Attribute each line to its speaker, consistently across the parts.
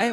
Speaker 1: 哎，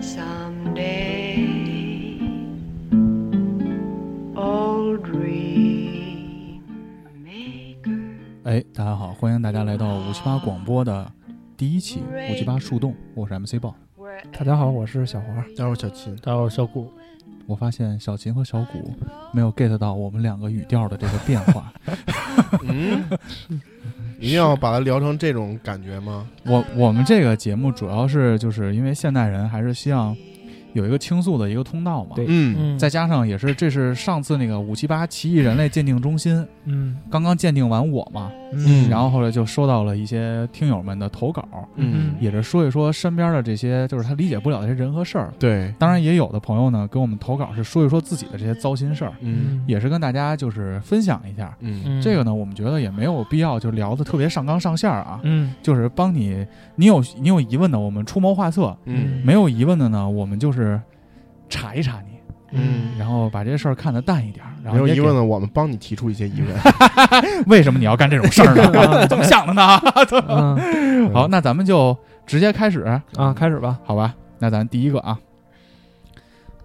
Speaker 2: someday. Old dream maker.
Speaker 3: 哎，大家好，欢迎大家来到五七八广播的第一期五七八树洞，我是 MC 豹。
Speaker 4: 大家好，我是小黄。
Speaker 5: 待会儿小秦，
Speaker 4: 大家好，我是小谷。
Speaker 3: 我发现小秦和小谷没有 get 到我们两个语调的这个变化，
Speaker 5: 嗯，一定要把它聊成这种感觉吗？
Speaker 3: 我我们这个节目主要是就是因为现代人还是希望有一个倾诉的一个通道嘛。
Speaker 4: 对
Speaker 5: 嗯，
Speaker 3: 再加上也是这是上次那个五七八奇异人类鉴定中心
Speaker 4: 嗯
Speaker 3: 刚刚鉴定完我嘛，
Speaker 5: 嗯
Speaker 3: 然后后来就收到了一些听友们的投稿，
Speaker 5: 嗯，
Speaker 3: 也是说一说身边的这些就是他理解不了的这些人和事儿。
Speaker 5: 对，
Speaker 3: 当然也有的朋友呢给我们投稿是说一说自己的这些糟心事儿，
Speaker 5: 嗯
Speaker 3: 也是跟大家就是分享一下。
Speaker 5: 嗯
Speaker 3: 这个呢，我们觉得也没有必要就聊的特别上纲上线儿啊，
Speaker 4: 嗯
Speaker 3: 就是帮你，你有你有疑问的，我们出谋划策；
Speaker 5: 嗯
Speaker 3: 没有疑问的呢，我们就是查一查你，
Speaker 5: 嗯，
Speaker 3: 然后把这事儿看得淡一点儿。然
Speaker 5: 没
Speaker 3: 后也
Speaker 5: 有疑
Speaker 3: 给
Speaker 5: 问，的，我们帮你提出一些疑问。
Speaker 3: 为什么你要干这种事儿呢？ 怎么想的呢？
Speaker 4: 啊
Speaker 3: 好，那咱们就直接开始，
Speaker 4: 啊，开始吧。
Speaker 3: 好吧？那咱第一个啊，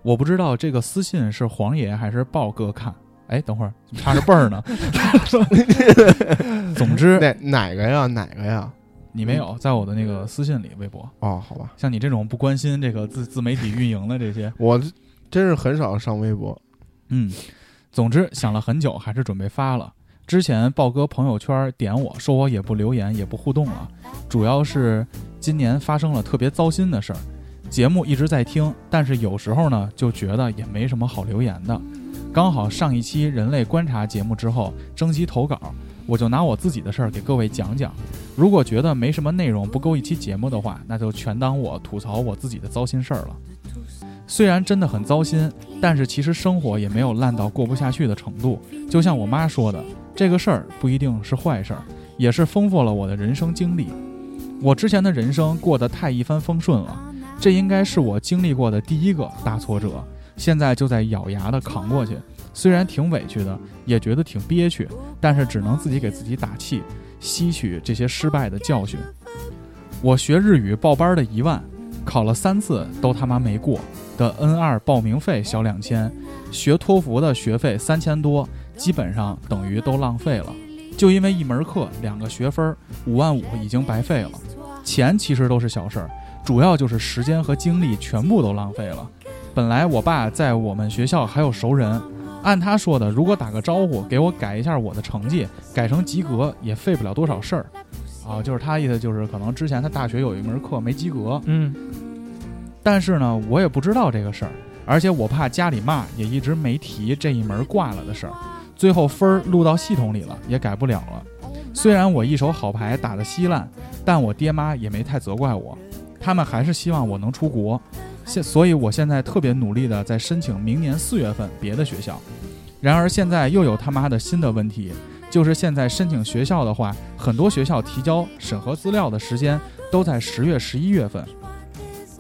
Speaker 3: 我不知道这个私信是黄爷还是豹哥看。哎，等会 儿怎么插着辈儿呢。总之，
Speaker 5: 哪哪个呀？哪个呀？
Speaker 3: 你没有在我的那个私信里微博。
Speaker 5: 哦，好吧，
Speaker 3: 像你这种不关心这个自自媒体运营的这些，
Speaker 5: 我真是很少上微博。
Speaker 3: 嗯，总之想了很久，还是准备发了。之前豹哥朋友圈点我说我也不留言也不互动了，主要是今年发生了特别糟心的事儿。节目一直在听，但是有时候呢就觉得也没什么好留言的。刚好上一期人类观察节目之后征集投稿，我就拿我自己的事儿给各位讲讲。如果觉得没什么内容不够一期节目的话，那就全当我吐槽我自己的糟心事儿了。虽然真的很糟心，但是其实生活也没有烂到过不下去的程度。就像我妈说的，这个事儿不一定是坏事儿，也是丰富了我的人生经历。我之前的人生过得太一帆风顺了，这应该是我经历过的第一个大挫折。现在就在咬牙的扛过去，虽然挺委屈的，也觉得挺憋屈，但是只能自己给自己打气，吸取这些失败的教训。我学日语报班的一万，考了三次都他妈没过，的 N 二报名费小两千，学托福的学费三千多，基本上等于都浪费了。就因为一门课两个学分，五万五已经白费了。钱其实都是小事儿，主要就是时间和精力全部都浪费了。本来我爸在我们学校还有熟人，按他说的，如果打个招呼给我改一下我的成绩，改成及格也费不了多少事儿。啊，就是他意思就是可能之前他大学有一门课没及格，
Speaker 4: 嗯
Speaker 3: 但是呢，我也不知道这个事儿，而且我怕家里骂，也一直没提这一门挂了的事儿。最后分儿录到系统里了，也改不了了。虽然我一手好牌打得稀烂，但我爹妈也没太责怪我，他们还是希望我能出国。现，所以我现在特别努力的在申请明年四月份别的学校。然而现在又有他妈的新的问题，就是现在申请学校的话，很多学校提交审核资料的时间都在十月、十一月份。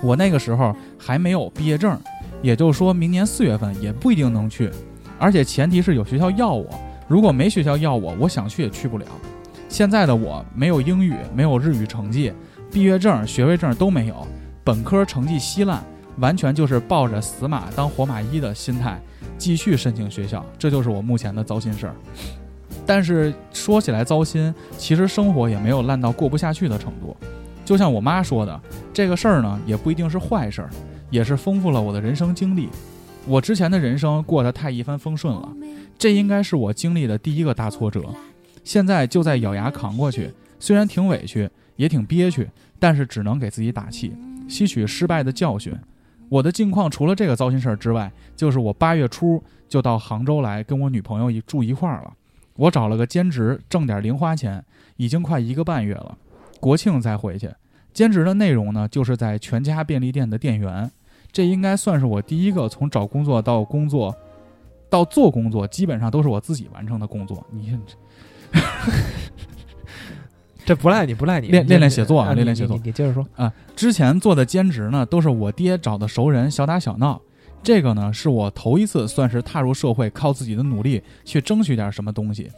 Speaker 3: 我那个时候还没有毕业证，也就是说明年四月份也不一定能去，而且前提是有学校要我。如果没学校要我，我想去也去不了。现在的我没有英语，没有日语成绩，毕业证、学位证都没有，本科成绩稀烂，完全就是抱着死马当活马医的心态继续申请学校，这就是我目前的糟心事儿。但是说起来糟心，其实生活也没有烂到过不下去的程度。就像我妈说的，这个事儿呢，也不一定是坏事儿，也是丰富了我的人生经历。我之前的人生过得太一帆风顺了，这应该是我经历的第一个大挫折。现在就在咬牙扛过去，虽然挺委屈，也挺憋屈，但是只能给自己打气，吸取失败的教训。我的近况除了这个糟心事儿之外，就是我八月初就到杭州来跟我女朋友一住一块儿了。我找了个兼职，挣点零花钱，已经快一个半月了。国庆才回去，兼职的内容呢，就是在全家便利店的店员。这应该算是我第一个从找工作到工作到做工作，基本上都是我自己完成的工作。你看
Speaker 4: 这不赖你，不赖你，
Speaker 3: 练
Speaker 4: 你
Speaker 3: 练练写作啊
Speaker 4: 啊，
Speaker 3: 练
Speaker 4: 你
Speaker 3: 练写作
Speaker 4: 你你你接着说，
Speaker 3: 啊，之前做的兼职呢，都是我爹找的熟人小打小闹。这个呢，是我头一次算是踏入社会，靠自己的努力去争取点什么东西。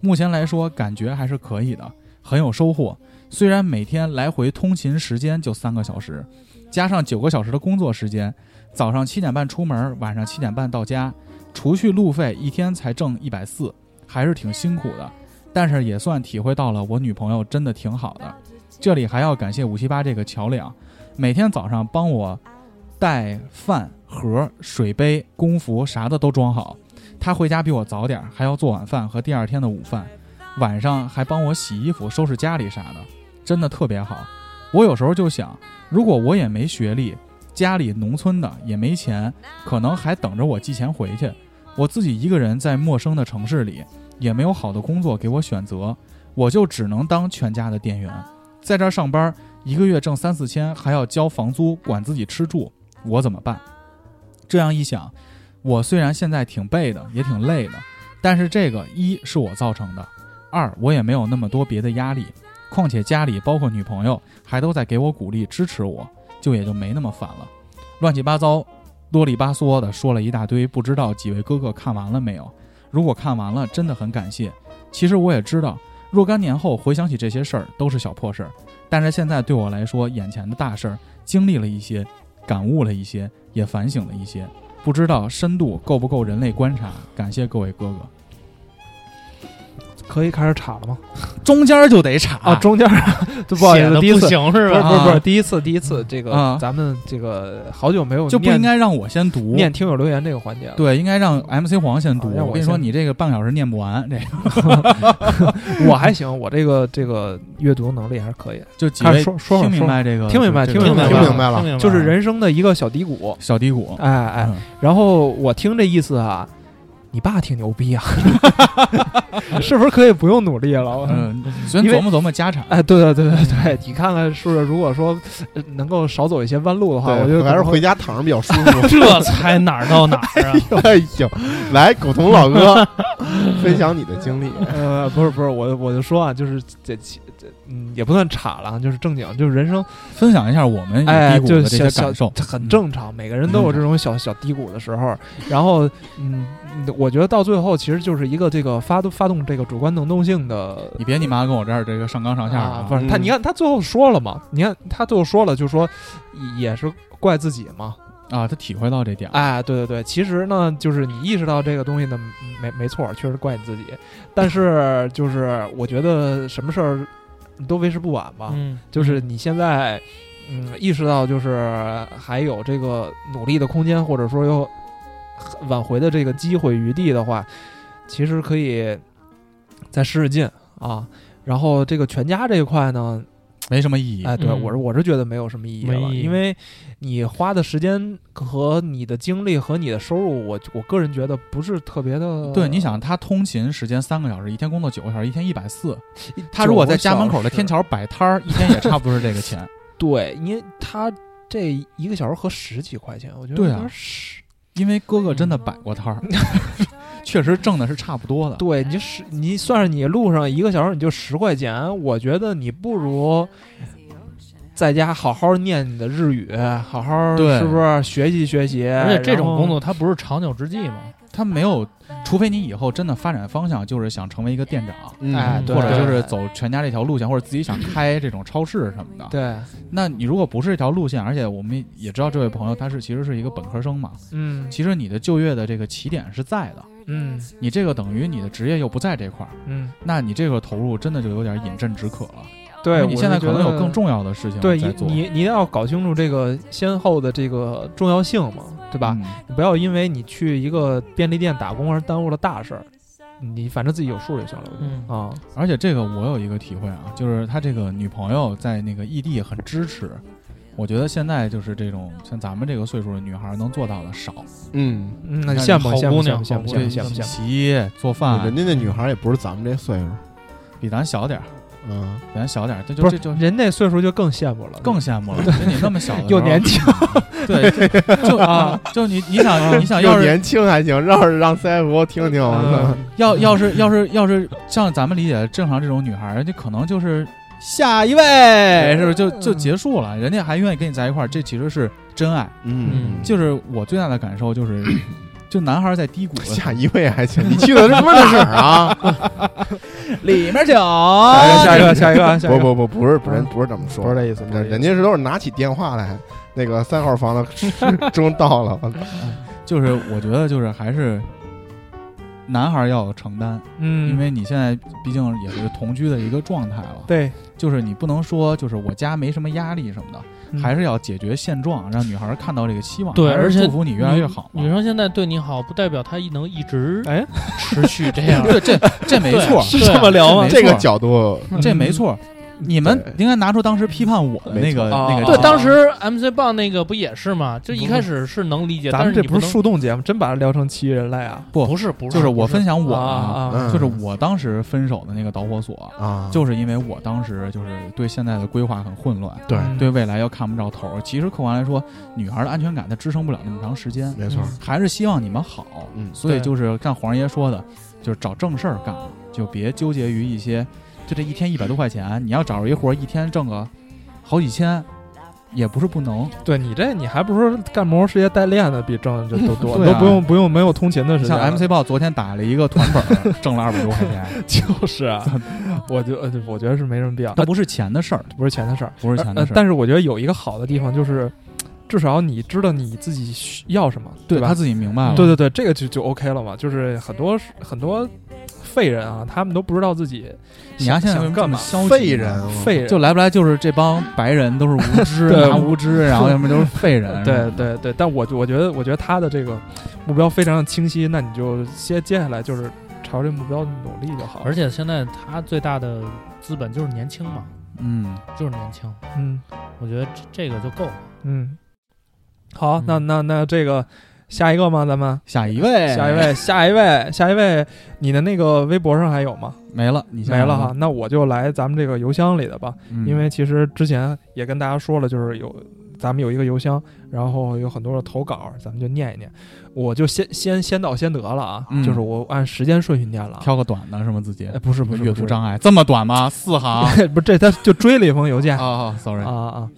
Speaker 3: 目前来说，感觉还是可以的，很有收获。虽然每天来回通勤时间就三个小时，加上九个小时的工作时间，早上七点半出门，晚上七点半到家，除去路费，一天才挣一百四，还是挺辛苦的。但是也算体会到了我女朋友真的挺好的。这里还要感谢五七八这个桥梁，每天早上帮我带饭盒、水杯、工服啥的都装好。他回家比我早点儿，还要做晚饭和第二天的午饭，晚上还帮我洗衣服、收拾家里啥的，真的特别好。我有时候就想，如果我也没学历，家里农村的也没钱，可能还等着我寄钱回去。我自己一个人在陌生的城市里，也没有好的工作给我选择，我就只能当全家的店员。在这儿上班，一个月挣三四千，还要交房租，管自己吃住，我怎么办？这样一想，我虽然现在挺背的，也挺累的，但是这个一是我造成的，二我也没有那么多别的压力，况且家里包括女朋友还都在给我鼓励支持我，就也就没那么烦了。乱七八糟，啰里吧嗦的说了一大堆，不知道几位哥哥看完了没有？如果看完了，真的很感谢。其实我也知道，若干年后回想起这些事儿都是小破事儿，但是现在对我来说，眼前的大事儿经历了一些，感悟了一些，也反省了一些，不知道深度够不够人类观察。感谢各位哥哥，
Speaker 4: 可以开始插了吗？
Speaker 3: 中间儿就得查
Speaker 4: 啊，中间 儿就不好意
Speaker 6: 显
Speaker 4: 思，
Speaker 6: 得
Speaker 4: 第一
Speaker 6: 不
Speaker 4: 次
Speaker 6: 行是
Speaker 4: 不是嗯
Speaker 6: 吧？
Speaker 4: 不是不
Speaker 3: 啊
Speaker 4: 是第一次，第一次这个
Speaker 3: 啊
Speaker 4: 咱们这个好久没有
Speaker 3: 就不
Speaker 4: 念
Speaker 3: 应该让我先读。
Speaker 4: 念听友留言这个环节了。
Speaker 3: 对，应该让 MC 黄先读。
Speaker 4: 啊让我
Speaker 3: 我跟你说，
Speaker 4: 先
Speaker 3: 你这个半小时念不完，这 个
Speaker 4: 我还行，我这个这个阅读能力还是可以的，
Speaker 3: 就几
Speaker 4: 看
Speaker 3: 位
Speaker 4: 说说会
Speaker 3: 听
Speaker 4: 儿
Speaker 3: 明
Speaker 4: 说会儿
Speaker 3: 白这个，
Speaker 4: 听明白
Speaker 3: 这
Speaker 4: 听
Speaker 3: 个
Speaker 4: 明白
Speaker 5: 听明白了
Speaker 6: 了
Speaker 4: 就是人生的一个小低谷。
Speaker 3: 小低谷。
Speaker 4: 哎哎，
Speaker 3: 嗯
Speaker 4: 然后我听这意思啊，你爸挺牛 逼啊，是不是可以不用努力了？
Speaker 3: 嗯，先
Speaker 4: 因为
Speaker 3: 琢磨琢磨家产。
Speaker 4: 哎，对对对对对，你看看是不是？如果说呃能够少走一些弯路的话，我觉
Speaker 5: 对，
Speaker 4: 得
Speaker 5: 还是回
Speaker 4: 家。
Speaker 5: 家躺着比较舒服。
Speaker 6: 这才哪儿到哪儿 啊？
Speaker 5: 哎呦，来，狗童老哥分享你的经历，
Speaker 4: 呃，不是不是，我我就说啊，就是这这这，嗯，也不算差了，啊，就是正经，就是人生
Speaker 3: 分享一下我们有
Speaker 4: 哎，
Speaker 3: 低谷
Speaker 4: 就
Speaker 3: 的这
Speaker 4: 小
Speaker 3: 些
Speaker 4: 小
Speaker 3: 感受，
Speaker 4: 很正常，每个人都有这种小小低谷的时候。然后，嗯，我觉得到最后其实就是一个这个发动发动这个主观能动性的
Speaker 3: 你别你妈跟我这儿这个上纲上线儿
Speaker 4: 啊
Speaker 3: 啊，，
Speaker 4: 不是他，
Speaker 5: 嗯
Speaker 4: 你看他最后说了嘛，你看他最后说了，就说也是怪自己嘛。
Speaker 3: 啊，他体会到这点儿，
Speaker 4: 哎，对对对，其实呢，就是你意识到这个东西呢，没没错，确实怪你自己。但是就是我觉得什么事儿你都为时不晚吧，
Speaker 6: 嗯，
Speaker 4: 就是你现在，嗯，意识到就是还有这个努力的空间，或者说有挽回的这个机会余地的话，其实可以再使使劲啊。然后这个全家这一块呢，
Speaker 3: 没什么意义。
Speaker 4: 哎，对
Speaker 6: 嗯
Speaker 4: 我是我是觉得没有什么意义
Speaker 6: 没
Speaker 4: 了，
Speaker 6: 意义
Speaker 4: 因为你花的时间和你的精力和你的收入，我我个人觉得不是特别的。
Speaker 3: 对，你想他通勤时间三个小时，一天工作九个小时，一天一百四。
Speaker 4: 一，
Speaker 3: 他如果
Speaker 4: 九个
Speaker 3: 在家门
Speaker 4: 小
Speaker 3: 口的
Speaker 4: 时
Speaker 3: 天，桥摆摊儿，一天也差不多是这个 钱。
Speaker 4: 对，因为他这一个小时合十几块钱，我觉得
Speaker 3: 对
Speaker 4: 有
Speaker 3: 啊
Speaker 4: 点少。
Speaker 3: 因为哥哥真的摆过 摊儿，确实挣的是差不多的。
Speaker 4: 对，你十，你算是你路上一个小时你就十块钱，我觉得你不如在家好好念你的日语，好好
Speaker 3: 对
Speaker 4: 是不是学习学习？
Speaker 6: 而且这
Speaker 4: 然
Speaker 6: 种
Speaker 4: 后
Speaker 6: 工作它不是长久之计嘛，
Speaker 3: 他没有，除非你以后真的发展方向就是想成为一个店长，
Speaker 5: 嗯
Speaker 4: 哎，对
Speaker 3: 或者就是
Speaker 4: 对
Speaker 3: 走全家这条路线，或者自己想开这种超市什么的。
Speaker 4: 对，
Speaker 3: 那你如果不是这条路线，而且我们也知道这位朋友他是其实是一个本科生嘛，
Speaker 4: 嗯
Speaker 3: 其实你的就业的这个起点是在的，
Speaker 4: 嗯
Speaker 3: 你这个等于你的职业又不在这块儿，
Speaker 4: 嗯，
Speaker 3: 那你这个投入真的就有点饮鸩止渴了。因
Speaker 4: 对，
Speaker 3: 为你
Speaker 4: 我
Speaker 3: 现在
Speaker 4: 是
Speaker 3: 可能
Speaker 4: 觉
Speaker 3: 有
Speaker 4: 得
Speaker 3: 更。重要的事情
Speaker 4: 对
Speaker 3: 在
Speaker 4: 你，
Speaker 3: 做，
Speaker 4: 你你要搞清楚这个先后的这个重要性嘛，对
Speaker 3: 对
Speaker 4: 吧？？你不要因为你去一个便利店打工而耽误了大事儿，你反正自己有数就行了。我觉得
Speaker 6: 嗯
Speaker 4: 啊，
Speaker 3: 而且这个我有一个体会啊，就是他这个女朋友在那个异地很支持。我觉得现在就是这种像咱们这个岁数的女孩能做到的少，
Speaker 5: 嗯，
Speaker 4: 嗯，那
Speaker 3: 看
Speaker 4: 羡慕
Speaker 6: 好
Speaker 4: 羡
Speaker 6: 姑
Speaker 4: 慕羡
Speaker 6: 娘
Speaker 4: 慕羡慕
Speaker 6: 好
Speaker 4: 羡
Speaker 6: 姑
Speaker 4: 慕
Speaker 6: 娘
Speaker 4: 羡慕羡慕。
Speaker 3: 洗衣做饭
Speaker 5: 人家那女孩也不是咱们这岁数，
Speaker 3: 比咱小点儿，
Speaker 5: 嗯，
Speaker 3: 咱小点儿，这就
Speaker 4: 不
Speaker 3: 这
Speaker 4: 是
Speaker 3: 就
Speaker 4: 人那岁数就更羡慕了，
Speaker 3: 更羡 慕了。就你那么小的时候
Speaker 4: 又年轻，
Speaker 3: 对，就就啊，就你你想你 想要
Speaker 5: 又
Speaker 3: 是
Speaker 5: 年轻还行，要是让 CFO 听听，
Speaker 4: 嗯
Speaker 3: 要要是要是要是像咱们理解的正常这种女孩儿，就可能就是下一位，是不是就就结束了？人家还愿意跟你在一块儿，这其实是真爱。
Speaker 5: 嗯，
Speaker 3: 就是我最大的感受 就是，就男孩儿在低谷的时候
Speaker 5: 下一位还行，你去的是什么地儿啊？ 哎
Speaker 3: 里面请，
Speaker 6: 哦
Speaker 5: 嗯
Speaker 4: 下一个，下一个，下一
Speaker 5: 不
Speaker 4: 个，
Speaker 5: 不不，不是，不是，嗯不是这么说，
Speaker 4: 不是这意思，
Speaker 5: 那人家是都是拿起电话来， 那个三号房的 钟到了，
Speaker 3: 就是我觉得就是还是男孩儿要有承担，
Speaker 4: 嗯，
Speaker 3: 因为你现在毕竟也是同居的一个状态了，
Speaker 4: 对，
Speaker 3: 就是你不能说就是我家没什么压力什么的，
Speaker 4: 嗯
Speaker 3: 还是要解决现状，让女孩儿看到这个希望，
Speaker 6: 对
Speaker 3: 还是
Speaker 6: 而且
Speaker 3: 祝福你越来越好嘛
Speaker 6: 女。生现在对你好，不代表她一能一直
Speaker 4: 哎，
Speaker 6: 持续这样。
Speaker 3: 对，这这没
Speaker 6: 对
Speaker 3: 错，
Speaker 6: 是这嗯么聊吗
Speaker 3: 没错
Speaker 5: 这个角度
Speaker 3: 这没错。你们
Speaker 5: 对
Speaker 3: 应该拿出当时批判我的那个那
Speaker 4: 没错
Speaker 3: 个
Speaker 4: 啊
Speaker 3: 角
Speaker 6: 对
Speaker 3: 度，
Speaker 6: 当时 MC 棒那个不也是吗？就一开始是能理解，
Speaker 4: 咱
Speaker 6: 但
Speaker 4: 们这
Speaker 6: 是你不
Speaker 4: 不是
Speaker 6: 能
Speaker 4: 树洞节目，真把它聊成七人来啊？
Speaker 3: 不
Speaker 6: 不是不是，
Speaker 3: 就是我
Speaker 6: 不
Speaker 3: 分享我
Speaker 4: 啊
Speaker 3: 啊，
Speaker 4: 啊，
Speaker 5: 嗯
Speaker 3: 就是我当时分手的那个导火索，
Speaker 5: 啊，
Speaker 3: 就是因为我当时就是对现在的规划很混乱，
Speaker 5: 对，
Speaker 4: 嗯
Speaker 3: 对未来又看不着头儿。其实客观来说，女孩的安全感她支撑不了那么长时间，
Speaker 5: 没
Speaker 4: 嗯
Speaker 5: 错，
Speaker 3: 还是希望你们好。
Speaker 5: 嗯
Speaker 3: 所以
Speaker 4: 对
Speaker 3: 就是像黄爷说的，就是找正事儿干，就别纠结于一些，就这一天一百多块钱，你要找着一活儿一天挣个好几千，也不是不能。
Speaker 4: 对你这你还不如干魔兽世界代练的比挣的这都多，
Speaker 3: 对啊
Speaker 4: 都不用不用没有通勤的时间
Speaker 3: 像
Speaker 4: 了。
Speaker 3: MC 豹昨天打了一个团本儿，挣了二百多块钱，
Speaker 4: 就是啊，我就呃我觉得是没什么必要，呃
Speaker 3: 那不是钱的事儿，
Speaker 4: 不是钱的事儿。
Speaker 3: 不是钱的
Speaker 4: 呃
Speaker 3: 事，儿。
Speaker 4: 但是我觉得有一个好的地方就是，至少你知道你自己需要什么，
Speaker 3: 对他
Speaker 4: 吧？
Speaker 3: 自嗯己明白了。
Speaker 4: 对对对，这个就就 OK 了嘛。就是很多很多废人啊，他们都不知道自己
Speaker 3: 你丫现在为什
Speaker 4: 想
Speaker 3: 么这
Speaker 4: 干
Speaker 3: 么
Speaker 4: 嘛。
Speaker 3: 消极
Speaker 5: 废
Speaker 3: 呢
Speaker 5: 人，
Speaker 4: 废人
Speaker 3: 就来不来就是 这帮白人都是无知，
Speaker 4: 对
Speaker 3: 拿无知，然后要么就是废人。
Speaker 4: 对，对对，但我我觉得，我觉得他的这个目标非常清晰，那你就接接下来就是朝这目标努力就好。
Speaker 6: 而且现在他最大的资本就是年轻嘛，
Speaker 3: 嗯，
Speaker 6: 就是年轻，
Speaker 4: 嗯
Speaker 6: 我觉得这这个就够了。
Speaker 4: 嗯，好，
Speaker 6: 嗯
Speaker 4: 那那那这个下一个吗？咱们
Speaker 3: 下一位，
Speaker 4: 下一位，下一位，下一位，你的那个微博上还有吗？
Speaker 3: 没了，你先
Speaker 4: 没了
Speaker 3: 来
Speaker 4: 哈
Speaker 3: 吧，，
Speaker 4: 那我就来咱们这个邮箱里的吧，
Speaker 3: 嗯
Speaker 4: 因为其实之前也跟大家说了，就是有咱们有一个邮箱，然后有很多的投稿，咱们就念一念，我就先先先到先得了啊，
Speaker 3: 嗯
Speaker 4: 就是我按时间顺序念了啊。
Speaker 3: 挑个短的是吗？自己
Speaker 4: 哎，不是不是
Speaker 3: 阅读
Speaker 4: 张，
Speaker 3: 障碍这么短吗？四行
Speaker 4: 不是这他就追了一封邮件
Speaker 3: 啊啊，sorry，
Speaker 4: 啊啊，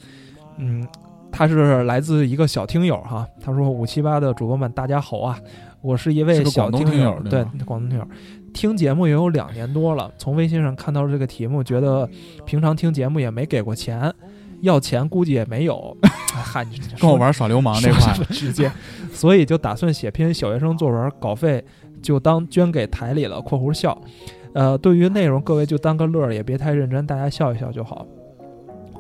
Speaker 4: 嗯，他是来自一个小听友哈，他说五七八的主播们大家好啊，我是一
Speaker 3: 是
Speaker 4: 位
Speaker 3: 个
Speaker 4: 小
Speaker 3: 广东
Speaker 4: 听
Speaker 3: 听友对
Speaker 4: 对
Speaker 3: 吗
Speaker 4: 广东听友，听节目也有两年多了，从微信上看到这个题目，觉得平常听节目也没给过钱，要钱估计也没有， 哎嗨，你
Speaker 3: 跟我玩耍流氓这啊块
Speaker 4: 说，直接，所以就打算写篇小学生作文，稿费就当捐给台里了（括弧笑）。呃，对于内容，各位就当个乐儿，也别太认真，大家笑一笑就好。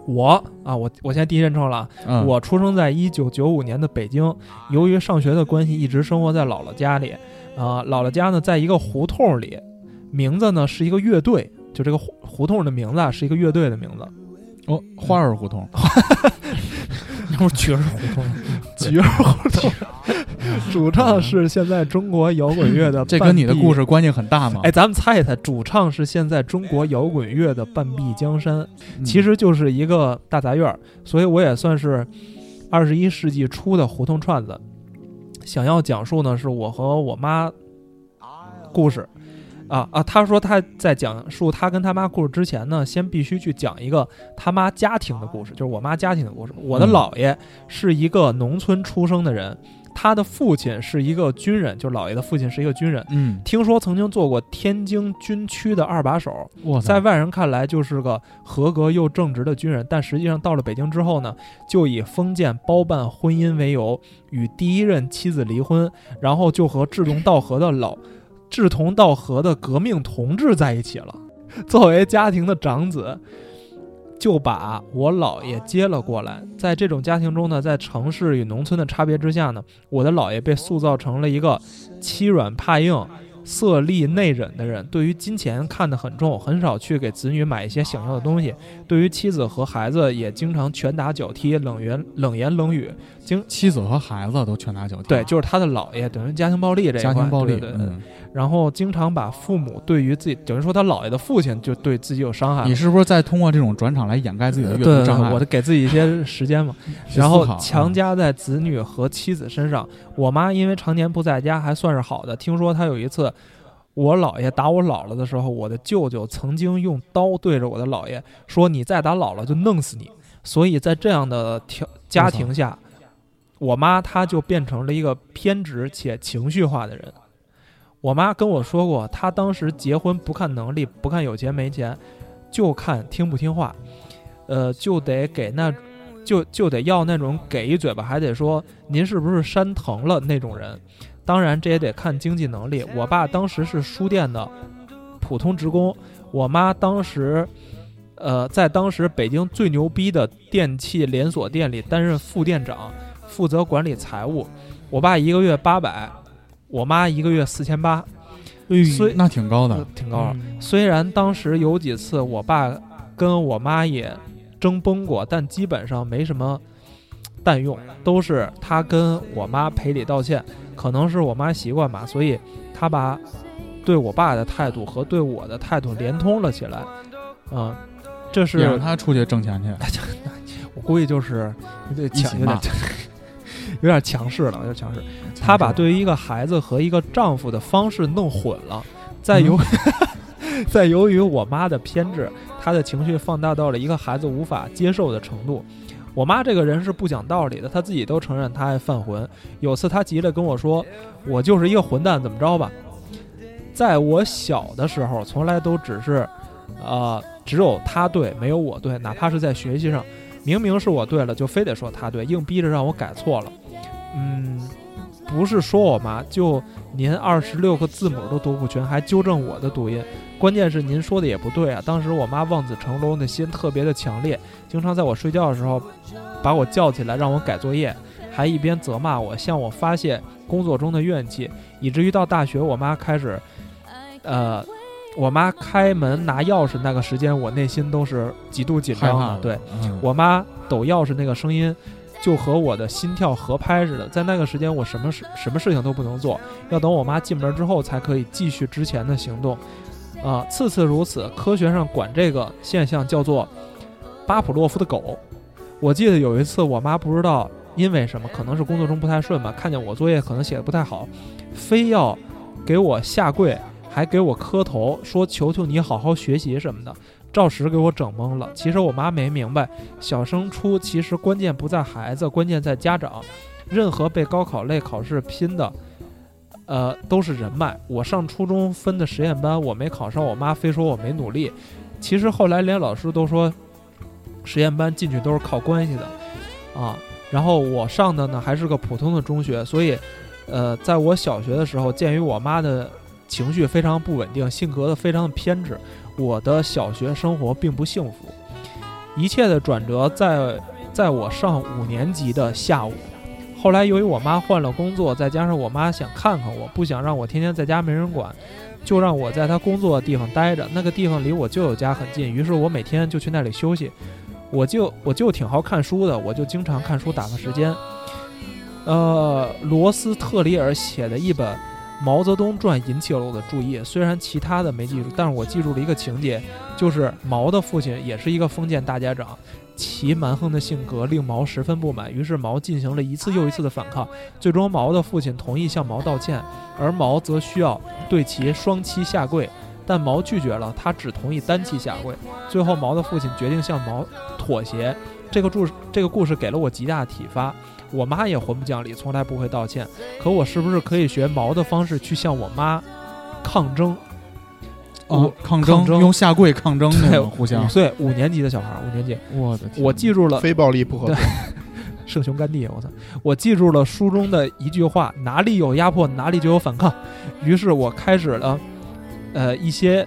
Speaker 4: 我啊，我我现在第一人称了啊，
Speaker 3: 嗯
Speaker 4: 我出生在一九九五年的北京，由于上学的关系，一直生活在姥姥家里。啊、姥姥家呢，在一个胡同里，名字呢是一个乐队，就这个胡胡同的名字啊，是一个乐队的名字。
Speaker 3: 哦花儿胡同，
Speaker 6: 那不是确实胡同，
Speaker 4: 菊儿胡同， 主唱是现在中国摇滚乐的
Speaker 3: 嗯这跟你的故
Speaker 4: 事。
Speaker 3: 事关系很大吗？
Speaker 4: 哎，咱们猜一猜，主唱是现在中国摇滚乐的半壁江山，
Speaker 3: 嗯，
Speaker 4: 其实就是一个大杂院儿，所以我也算是二十一世纪初的胡同串子。想要讲述呢，是我和我妈故事。啊啊，他说他在讲述他跟他妈故事之前呢，先必须去讲一个他妈家庭的故事，就是我妈家庭的故事。我的
Speaker 3: 嗯
Speaker 4: 姥爷是一个农村出生的人，他的父亲是一个军人，就是姥爷的父亲是一个军人。
Speaker 3: 嗯，
Speaker 4: 听说曾经做过天津军区的二把手，
Speaker 3: 哇
Speaker 4: 在
Speaker 3: 塞，
Speaker 4: 外人看来就是个合格又正直的军人，但实际上到了北京之后呢，就以封建包办婚姻为由，与第一任妻子离婚，然后就和志同道合的老志同道合的革命同志在一起了。作为家庭的长子，就把我姥爷接了过来。在这种家庭中呢，在城市与农村的差别之下呢，我的姥爷被塑造成了一个欺软怕硬、色厉内荏的人，对于金钱看得很重，很少去给子女买一些想要的东西；对于妻子和孩子，也经常拳打脚踢、冷言冷言冷语。经
Speaker 3: 妻子和孩子都拳打脚踢，
Speaker 4: 对，就是他的姥爷，等于家庭暴力这一块。
Speaker 3: 家庭暴力，
Speaker 4: 对对对
Speaker 3: 嗯，
Speaker 4: 然后经常把父母对于自己，等于说他姥爷的父亲就对自己有伤害。
Speaker 3: 你是不是在通过这种转场来掩盖自己的阅
Speaker 4: 对
Speaker 3: 读，障碍？
Speaker 4: 我得给自己一些时间嘛。
Speaker 3: 去思
Speaker 4: 然
Speaker 3: 考嗯
Speaker 4: 后强加在子女和妻子身上。我妈因为常年不在家，还算是好的。听说她有一次，我姥爷打我姥姥的时候，我的舅舅曾经用刀对着我的姥爷说：“你再打姥姥就弄死你。”所以在这样的条家庭下，我妈她就变成了一个偏执且情绪化的人。我妈跟我说过，她当时结婚不看能力，不看有钱没钱，就看听不听话，呃，就得给那就就得要那种给一嘴巴还得说您是不是山疼了那种人。当然，这也得看经济能力。我爸当时是书店的普通职工，我妈当时，呃，在当时北京最牛逼的电器连锁店里担任副店长，负责管理财务。我爸一个月八百，我妈一个月四千八，所
Speaker 3: 嗯
Speaker 4: 以呃
Speaker 3: 那挺高的，
Speaker 4: 挺高
Speaker 5: 啊
Speaker 4: 了。虽然当时有几次我爸跟我妈也争崩过，但基本上没什么弹用，都是他跟我妈赔礼道歉。可能是我妈习惯吧，所以他把对我爸的态度和对我的态度连通了起来。嗯，这
Speaker 3: 也让
Speaker 4: 是
Speaker 3: 他出去挣钱去。
Speaker 4: 我估计就是呃对
Speaker 3: 起
Speaker 4: 强有点
Speaker 3: 骂
Speaker 4: 有点强势了，有点强势。他把对于一个孩子和一个丈夫的方式弄混了，再由、 再由于我妈的偏执，她的情绪放大到了一个孩子无法接受的程度。我妈这个人是不讲道理的，她自己都承认她爱犯浑。有次她急了跟我说：“我就是一个混蛋，怎么着吧？”在我小的时候，从来都只是，呃，只有她对，没有我对，哪怕是在学习上，明明是我对了，就非得说她对，硬逼着让我改错了。嗯，不是说我妈，就您二十六个字母都读不全，还纠正我的读音。关键是您说的也不对啊！当时我妈望子成龙的心特别的强烈，经常在我睡觉的时候把我叫起来让我改作业，还一边责骂我，向我发泄工作中的怨气，以至于到大学，我妈开始，呃，我妈开门拿钥匙那个时间，我内心都是 极度紧
Speaker 3: 害
Speaker 4: 张
Speaker 3: 怕
Speaker 4: 的。对，，
Speaker 3: 嗯
Speaker 4: 我妈抖钥匙那个声音，就和我的心跳合拍似的。在那个时间，我什么事什么事情都不能做，要等我妈进门之后才可以继续之前的行动。啊、次次如此，科学上管这个现象叫做巴甫洛夫的狗。我记得有一次，我妈不知道因为什么，可能是工作中不太顺吧，看见我作业可能写的不太好，非要给我下跪，还给我磕头，说求求你好好学习什么的，照实给我整懵了。其实我妈没明白，小升初其实关键不在孩子，关键在家长。任何被高考类考试拼的，呃，都是人脉。我上初中分的实验班，我没考上，我妈非说我没努力。其实后来连老师都说，实验班进去都是靠关系的，啊。然后我上的呢还是个普通的中学，所以，呃，在我小学的时候，鉴于我妈的情绪非常不稳定，性格的非常的偏执，我的小学生活并不幸福。一切的转折在在我上五年级的下午。后来由于我妈换了工作，再加上我妈想看看我，不想让我天天在家没人管，就让我在她工作的地方待着。那个地方离我舅舅家很近，于是我每天就去那里休息。我就我就挺好看书的，我就经常看书打发时间。呃，罗斯特里尔写的一本《毛泽东传》引起了我的注意，虽然其他的没记住，但是我记住了一个情节，就是毛的父亲也是一个封建大家长，其蛮横的性格令毛十分不满，于是毛进行了一次又一次的反抗，最终毛的父亲同意向毛道歉，而毛则需要对其双膝下跪，但毛拒绝了，他只同意单膝下跪。最后，毛的父亲决定向毛妥协。这个故事，这个故事给了我极大的启发。我妈也混不讲理，从来不会道歉。可我是不是可以学毛的方式去向我妈抗争？
Speaker 3: 哦
Speaker 4: 我
Speaker 3: 抗争
Speaker 4: 抗争
Speaker 3: 用下跪抗争那
Speaker 4: 对
Speaker 3: 嗯种互
Speaker 4: 五
Speaker 3: 相，
Speaker 4: 岁五年级的小孩儿，五年级，
Speaker 3: 我的天
Speaker 4: 我记住了
Speaker 5: 非暴力不合作，
Speaker 4: 圣雄甘地，我操！我记住了书中的一句话：哪里有压迫，哪里就有反抗。于是我开始了，呃，一些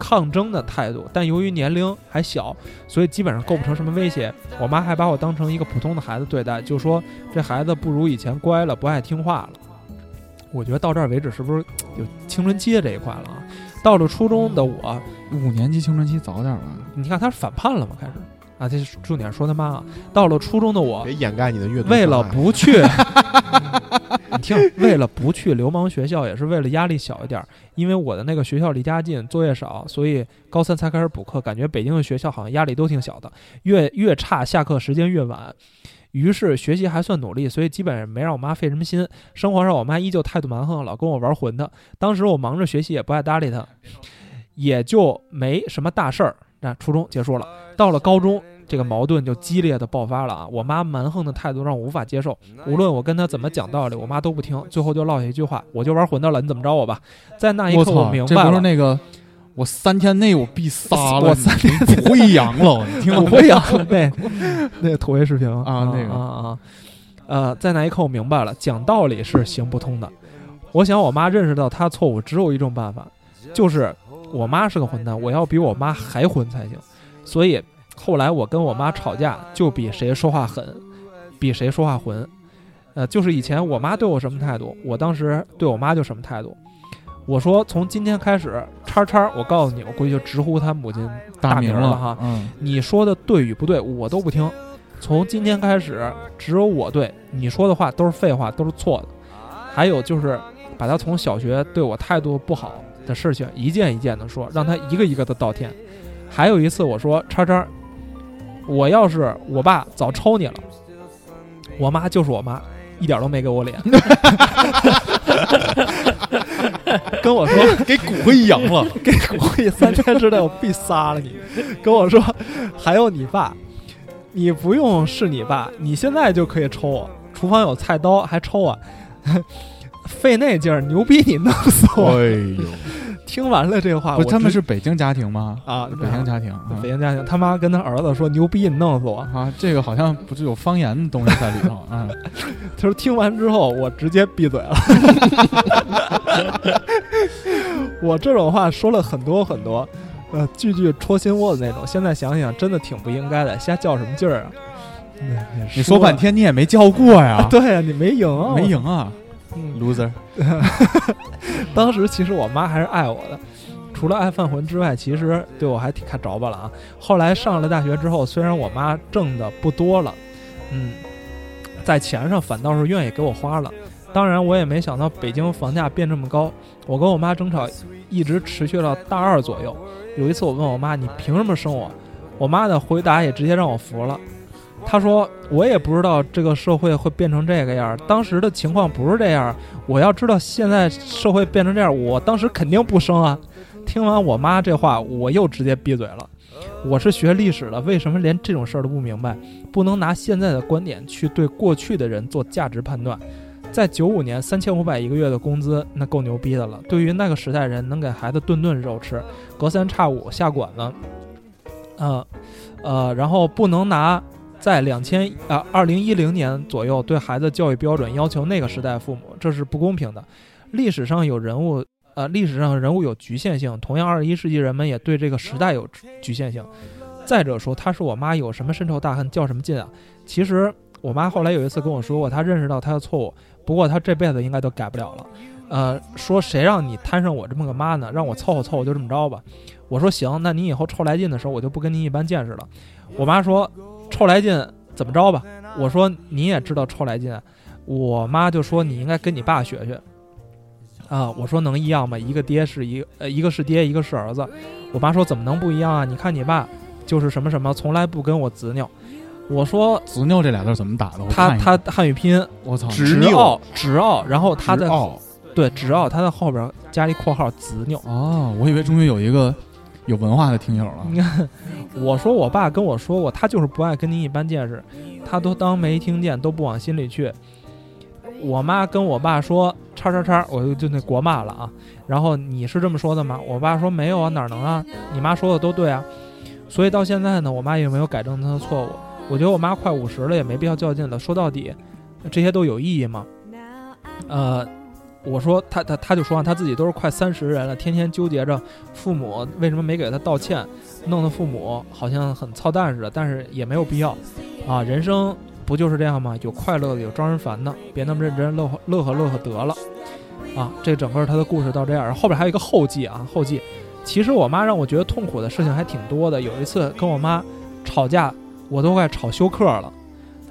Speaker 4: 抗争的态度。但由于年龄还小，所以基本上构不成什么威胁。我妈还把我当成一个普通的孩子对待，就说这孩子不如以前乖了，不爱听话了。我觉得到这儿为止，是不是有青春期的这一块了啊？到了初中的我，
Speaker 3: 五年级青春期早点吧。
Speaker 4: 你看他是反叛了嘛，开始啊，这是重点说他妈啊，到了初中的我，
Speaker 5: 别掩盖你的阅读障碍。
Speaker 4: 为了不去， 你听，为了不去流氓学校，也是为了压力小一点儿。因为我的那个学校离家近，作业少，所以高三才开始补课。感觉北京的学校好像压力都挺小的，越越差，下课时间越晚。于是学习还算努力，所以基本上没让我妈费什么心。生活上我妈依旧态度蛮横，老跟我玩混的。当时我忙着学习，也不爱搭理她，也就没什么大事儿。那初中结束了，到了高中，这个矛盾就激烈的爆发了啊！我妈蛮横的态度让我无法接受，无论我跟她怎么讲道理，我妈都不听，最后就落下一句话：“我就玩混的了，你怎么着我吧。”在那一
Speaker 3: 我
Speaker 4: 刻，我
Speaker 3: 操，
Speaker 4: 明
Speaker 3: 这
Speaker 4: 白
Speaker 3: 不
Speaker 4: 了
Speaker 3: 是。那个我三天内我必杀了，
Speaker 4: 我三
Speaker 3: 天不会阳了，你听
Speaker 4: 我
Speaker 3: 我
Speaker 4: 会啊， 对，那个土味视频啊
Speaker 3: 啊那个
Speaker 4: 啊啊，呃，在那一刻我明白了，讲道理是行不通的。我想我妈认识到她错误，只有一种办法，就是我妈是个混蛋，我要比我妈还混才行。所以后来我跟我妈吵架，就比谁说话狠，比谁说话混。呃，就是以前我妈对我什么态度，我当时对我妈就什么态度。我说从今天开始，叉叉，我告诉你，我回去就直呼她母亲大名
Speaker 3: 名
Speaker 4: 了哈。
Speaker 3: 嗯，
Speaker 4: 你说的对与不对，我都不听。从今天开始，只有我对你说的话都是废话，都是错的。还有就是，把他从小学对我态度不好的事情一件一件的说，让他一个一个的道歉。还有一次我说叉叉，我要是我爸早抽你了，我妈就是我妈，一点都没给我脸，跟我说
Speaker 3: 给骨灰阳了，
Speaker 4: 给我也三天之内我必杀了你。跟我说，还有你爸，你不用是你爸，你现在就可以抽我，厨房有菜刀还抽我，费那劲儿，牛逼你弄死我！
Speaker 5: 哎呦，
Speaker 4: 听完了这话，
Speaker 3: 不
Speaker 4: 我
Speaker 3: 是，他们
Speaker 4: 直
Speaker 3: 是北京家庭吗？
Speaker 4: 啊，
Speaker 3: 北京家庭
Speaker 4: 啊
Speaker 3: 啊
Speaker 4: 北京家庭，他妈跟他儿子说牛逼你弄死我。
Speaker 3: 啊，这个好像不是有方言的东西在里头啊。嗯
Speaker 4: 他说听完之后，我直接闭嘴了。 我这种话说了很多很多，呃，句句戳心窝子那种。现在想想，真的挺不应该的，瞎较什么劲儿啊？嗯
Speaker 3: 你说半，天你也没叫过呀
Speaker 4: 了， 对啊，你没赢啊，
Speaker 3: 没赢啊
Speaker 4: 嗯。
Speaker 3: ，loser。
Speaker 4: 当时其实我妈还是爱我的，除了爱犯浑之外，其实对我还挺看着吧了啊。后来上了大学之后，虽然我妈挣的不多了，嗯，在钱上反倒是愿意给我花了。当然，我也没想到北京房价变这么高。我跟我妈争吵一直持续到大二左右。有一次我问我妈：“你凭什么生我？”我妈的回答也直接让我服了。她说：“我也不知道这个社会会变成这个样儿，当时的情况不是这样儿。我要知道现在社会变成这样儿，我当时肯定不生啊。”听完我妈这话，我又直接闭嘴了。我是学历史的，为什么连这种事儿都不明白？不能拿现在的观点去对过去的人做价值判断。在九五年，三千五百一个月的工资，那够牛逼的了。对于那个时代人，能给孩子顿顿肉吃，隔三差五下馆子，呃，呃，然后不能拿在两千啊二零一零年左右对孩子教育标准要求那个时代父母，这是不公平的。历史上有人物，呃，历史上人物有局限性，同样二十一世纪人们也对这个时代有局限性。再者说，她是我妈，有什么深仇大恨较什么劲啊？其实我妈后来有一次跟我说过，她认识到她的错误，不过她这辈子应该都改不了了。呃，说谁让你摊上我这么个妈呢？让我凑合凑合就这么着吧。我说行，那你以后臭来劲的时候，我就不跟你一般见识了。我妈说臭来劲怎么着吧？
Speaker 5: 嗯
Speaker 4: 我说你也知道臭来劲啊，我妈就说你应该跟你爸学学。啊，我说能一样吗？一个爹是一呃，一个是爹，一个是儿子。我妈说怎么能不一样啊？你看你爸就是什么什么，从来不跟我执拗。我说
Speaker 3: 执拗这俩字怎么打的？我
Speaker 4: 他
Speaker 3: 看一
Speaker 4: 他
Speaker 3: 眼
Speaker 4: 汉语拼音
Speaker 3: 我操，
Speaker 5: 执
Speaker 4: 直
Speaker 5: 拗
Speaker 4: 奥直奥，然后他在
Speaker 5: 直傲
Speaker 4: 对直奥，他在后边加一括号执拗。
Speaker 3: 哦，我以为终于有一个有文化的听友了。
Speaker 4: 你看，我说我爸跟我说过，他就是不爱跟您一般见识，他都当没听见，都不往心里去。我妈跟我爸说叉叉叉，我就就那国骂了啊。然后你是这么说的吗？我爸说没有啊，哪能啊？你妈说的都对啊。所以到现在呢，我妈也没有改正她的错误。我觉得我妈快五十了，也没必要较劲了。说到底，这些都有意义吗？呃，我说他他他就说啊，他自己都是快三十人了，天天纠结着父母为什么没给他道歉，弄得父母好像很操蛋似的，但是也没有必要啊。人生不就是这样吗？有快乐的，有招人烦的，别那么认真，乐呵乐呵乐呵得了。啊，这整个他的故事到这样，后边还有一个后记啊，后记。其实我妈让我觉得痛苦的事情还挺多的，有一次跟我妈吵架，我都快吵休克了。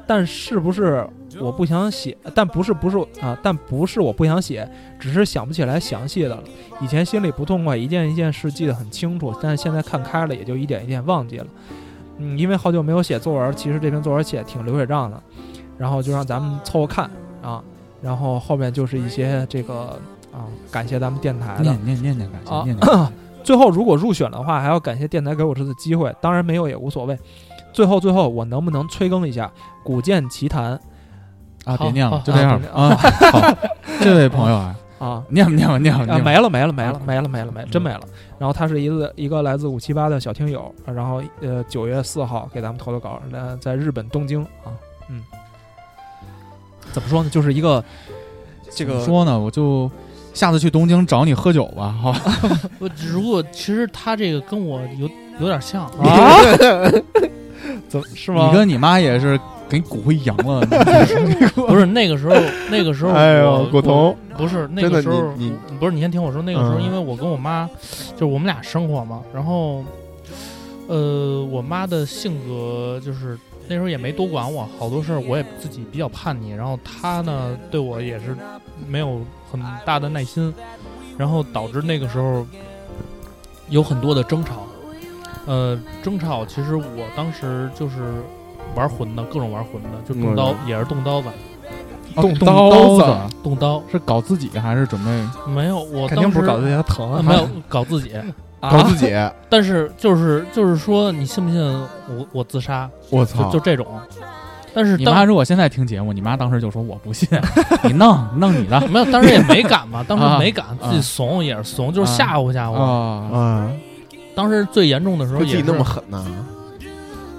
Speaker 4: 但是不是我不想写？但不是不是啊，但不是我不想写，只是想不起来详细的了。以前心里不痛快，一件一件事记得很清楚，但是现在看开了，也就一点一点忘记了。嗯，因为好久没有写作文，其实这篇作文写挺流水账的，然后就让咱们凑合看啊。然后后面就是一些这个啊，感谢咱们电台的
Speaker 3: 念念念念感谢
Speaker 4: 啊
Speaker 3: 念念
Speaker 4: 最后如果入选的话，还要感谢电台给我这次机会，当然没有也无所谓。最后最后，我能不能催更一下《古剑奇谭
Speaker 3: 啊，
Speaker 6: 好
Speaker 3: 别念了，
Speaker 6: 好
Speaker 3: 就这样吧啊。好， 这位朋友啊，》
Speaker 4: 啊？
Speaker 3: 念吧念吧念吧
Speaker 4: 啊，
Speaker 3: 念吧
Speaker 4: 没了没了没了没了嗯没了没了，真没了。然后他是一个一个来自五七八的小听友，然后呃九月四号给咱们投的稿，呃在日本东京啊，嗯，怎么说呢，就是一个这
Speaker 3: 怎么
Speaker 4: 个
Speaker 3: 说呢，我就下次去东京找你喝酒吧，好吧？
Speaker 6: 我如果其实他这个跟我有有点 像，
Speaker 4: 啊，怎么是吗？
Speaker 3: 你跟你妈也是给骨灰扬了，
Speaker 6: 不是那个时候，那个时候我，
Speaker 5: 哎呦古潼
Speaker 6: 我不是那
Speaker 5: 真的
Speaker 6: 个时候，
Speaker 5: 你
Speaker 6: 不是你先听我说，那个时候
Speaker 5: 嗯
Speaker 6: 因为我跟我妈，就是我们俩生活嘛，然后，呃，我妈的性格就是那时候也没多管我，好多事儿我也自己比较叛逆，然后她呢对我也是没有很大的耐心，然后导致那个时候有很多的争吵，呃，争吵其实我当时就是玩混的，各种玩混的，就动刀、
Speaker 4: 嗯
Speaker 6: 也是动刀子。
Speaker 3: 动
Speaker 4: 动
Speaker 3: 刀
Speaker 4: 刀
Speaker 3: 子
Speaker 6: 动刀，
Speaker 3: 是搞自己还是准备
Speaker 6: 没有，我
Speaker 4: 肯定
Speaker 6: 当
Speaker 4: 不
Speaker 6: 时
Speaker 4: 是搞自己疼
Speaker 6: 啊
Speaker 4: 啊，
Speaker 6: 没有搞自己，
Speaker 5: 搞
Speaker 4: 啊
Speaker 5: 自己，
Speaker 6: 但是就是就是说，你信不信我我自杀，
Speaker 3: 我
Speaker 5: 啊
Speaker 6: 就就这种。但是
Speaker 3: 你妈
Speaker 6: 当
Speaker 3: 如果现在听节目，你妈当时就说我不信， 你弄弄你的啊
Speaker 6: 没有，当时也没敢嘛，当时没敢，
Speaker 3: 啊
Speaker 6: 自己怂也是怂，就是吓唬吓唬。
Speaker 3: 啊
Speaker 5: 啊，
Speaker 6: 当时最严重的时候
Speaker 5: 对自己
Speaker 6: 也
Speaker 5: 那么
Speaker 6: 是，
Speaker 5: 狠呐，